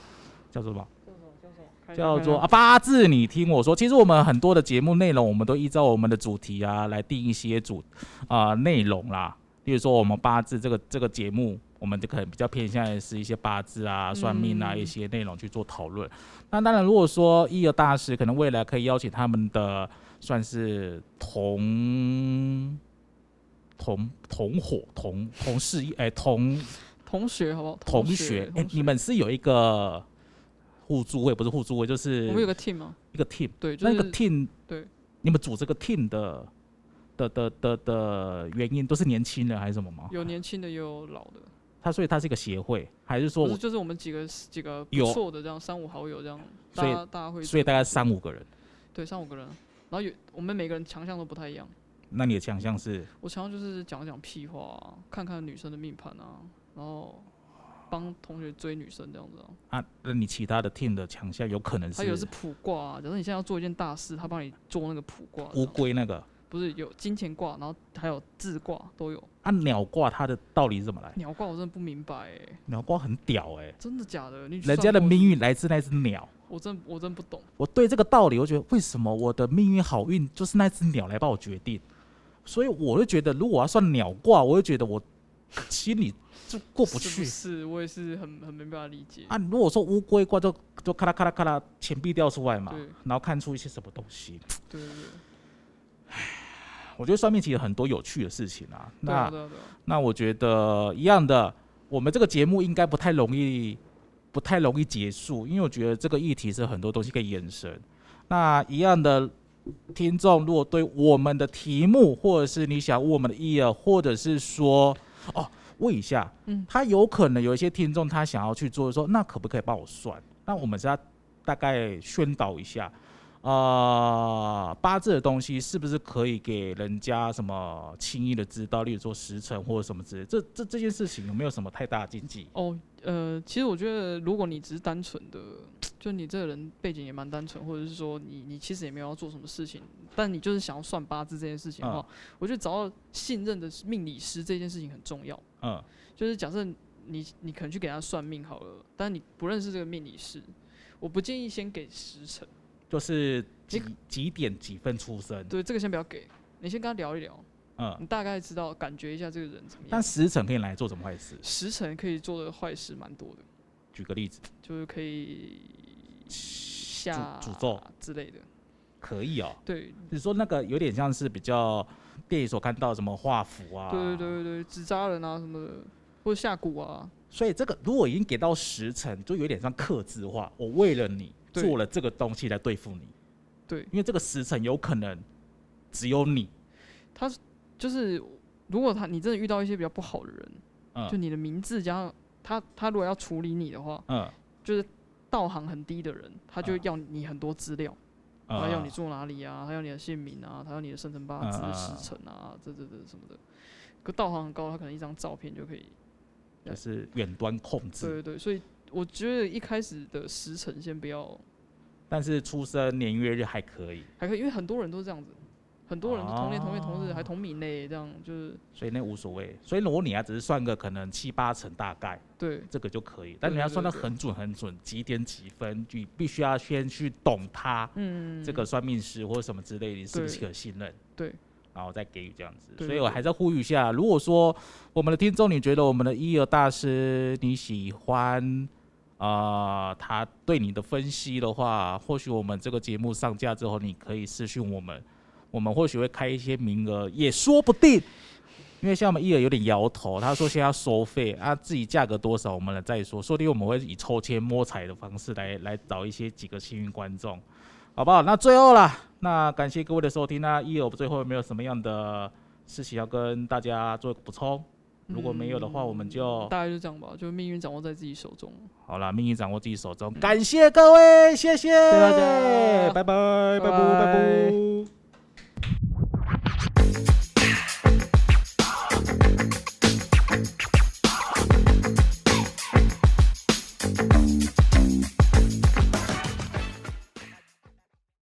叫做什么？叫做啊八字，你听我说。其实我们很多的节目内容，我们都依照我们的主题啊来定一些主啊内、容啦。例如说，我们八字这个这个节目，我们就可能比较偏向于是一些八字啊、算命啊
嗯
一些内容去做讨论。那当然，如果说一而大师，可能未来可以邀请他们的算是同同同伙、同同事业、哎、同
同学好不好？
同
学
学，。哎、
同学
你们是有一个互助会，不是互助会，就是
我们有个 team 吗？
一个 team。
对，就
那
是
个 team，
对，
你们组这个 team 的的的的的原因都是年轻人还是什么吗？
有年轻的，也有老的。
他所以他是一个协会，还是说
不
我
是，就是我们几个几个不
有
错的这样三五好友这样，大
所以
家大家会
所以大概三五个人？
对三五个人，然后有我们每个人强项都不太一样。
那你的强项是
我强项就是讲讲屁话啊、看看女生的命盘啊，然后帮同学追女生这样子、啊。
啊？那你其他的 team 的强项有可能
还有是
是
卜卦、啊，假设你现在要做一件大事，他帮你做那个卜卦这
乌
样，
龟那个
不是有金钱卦，然后还有智卦都有。
啊？鸟卦它的道理是怎么来？
鸟卦我真的不明白、欸，
鸟卦很屌哎、
真的假的？你去
人
算
家的
过
命运来自那只鸟。
我真我真不懂。
我对这个道理，我觉得为什么我的命运好运就是那只鸟来帮我决定，所以我就觉得，如果我要算鸟卦，我就觉得我心里就过不
是
去
不是，我也是很很没办法理解。
啊。如果说乌龟卦就就咔啦咔啦咔啦钱币掉出来嘛
对，
然后看出一些什么东西，
对对对，
我觉得算命其实很多有趣的事情啊。
对啊
那
对啊对啊，
那我觉得一样的，我们这个节目应该不太容易，不太容易结束，因为我觉得这个议题是很多东西可以延伸。那一样的，听众如果对我们的题目，或者是你想问我们的意啊，或者是说哦问一下，
嗯
他有可能有一些听众他想要去做，说那可不可以帮我算？那我们是要大概宣导一下。呃，八字的东西是不是可以给人家什么轻易的知道？例如说时辰或者什么之类，这这这件事情有没有什么太大的禁忌？
哦，呃，其实我觉得，如果你只是单纯的，就你这个人背景也蛮单纯，或者是说你你其实也没有要做什么事情，但你就是想要算八字这件事情的话，我觉得找到信任的命理师这件事情很重要。
嗯，
就是假设你你可能去给他算命好了，但你不认识这个命理师，我不建议先给时辰，
就是
你
几几点几分出生？
对这个先不要给，你先跟他聊一聊，
嗯，
你大概知道感觉一下这个人怎么
但
样。
时辰可以拿来做什么坏事？
时辰可以做的坏事蛮多的，
举个例子，
就是可以下
诅咒
之类的。
可以哦。
对
你说那个有点像是比较电影所看到的什么画符啊？
对对对对，纸扎人啊什么的，或者下蛊啊，
所以这个如果已经给到时辰，就有点像克制化。我为了你
对
做了这个东西来对付你，
对，
因为这个时辰有可能只有你。
他是就是如果他你真的遇到一些比较不好的人，就
嗯
你的名字加上他他如果要处理你的话，
嗯
就是道行很低的人，他就
啊
要你很多资料，他
嗯
要你住哪里啊，他要你的姓名啊，他要你的生辰八字
嗯、嗯
时辰啊，这这这什么的。可道行很高，他可能一张照片就可以。
就是远端控
对
制，
对对，所以我觉得一开始的时辰先不要，
但是出生年月日还可以，
还可以，因为很多人都是这样子，很多人都同年同月同日，还
哦
同名呢，这样就是
所以那无所谓。所以如果你要只是算个可能七八成大概，
对。
这个就可以。但你要算的
对对
很准很准，几点几分，你必须要先去懂它。
嗯，
这个算命师或者什么之类的，你是不是
对
可信任？
对，
然后再给予这样子。
对
所以
对
我
对
还是要呼吁一下，如果说我们的听众你觉得我们的伊尔大师你喜欢。啊，他对你的分析的话，或许我们这个节目上架之后，你可以私讯我们，我们或许会开一些名额，也说不定。因为像我们伊尔有点摇头，他说现在要收费啊，自己价格多少我们了再说，说不定我们会以抽签摸彩的方式来来找一些几个幸运观众，好不好？那最后啦，那感谢各位的收听那伊尔最后有没有什么样的事情要跟大家做个补充？如果没有的话，我们就
嗯大概就这样吧，就命运掌握在自己手中。
好啦，命运掌握自己手中，感谢各位，谢谢，谢
谢大家
拜拜，拜拜，拜
拜
拜。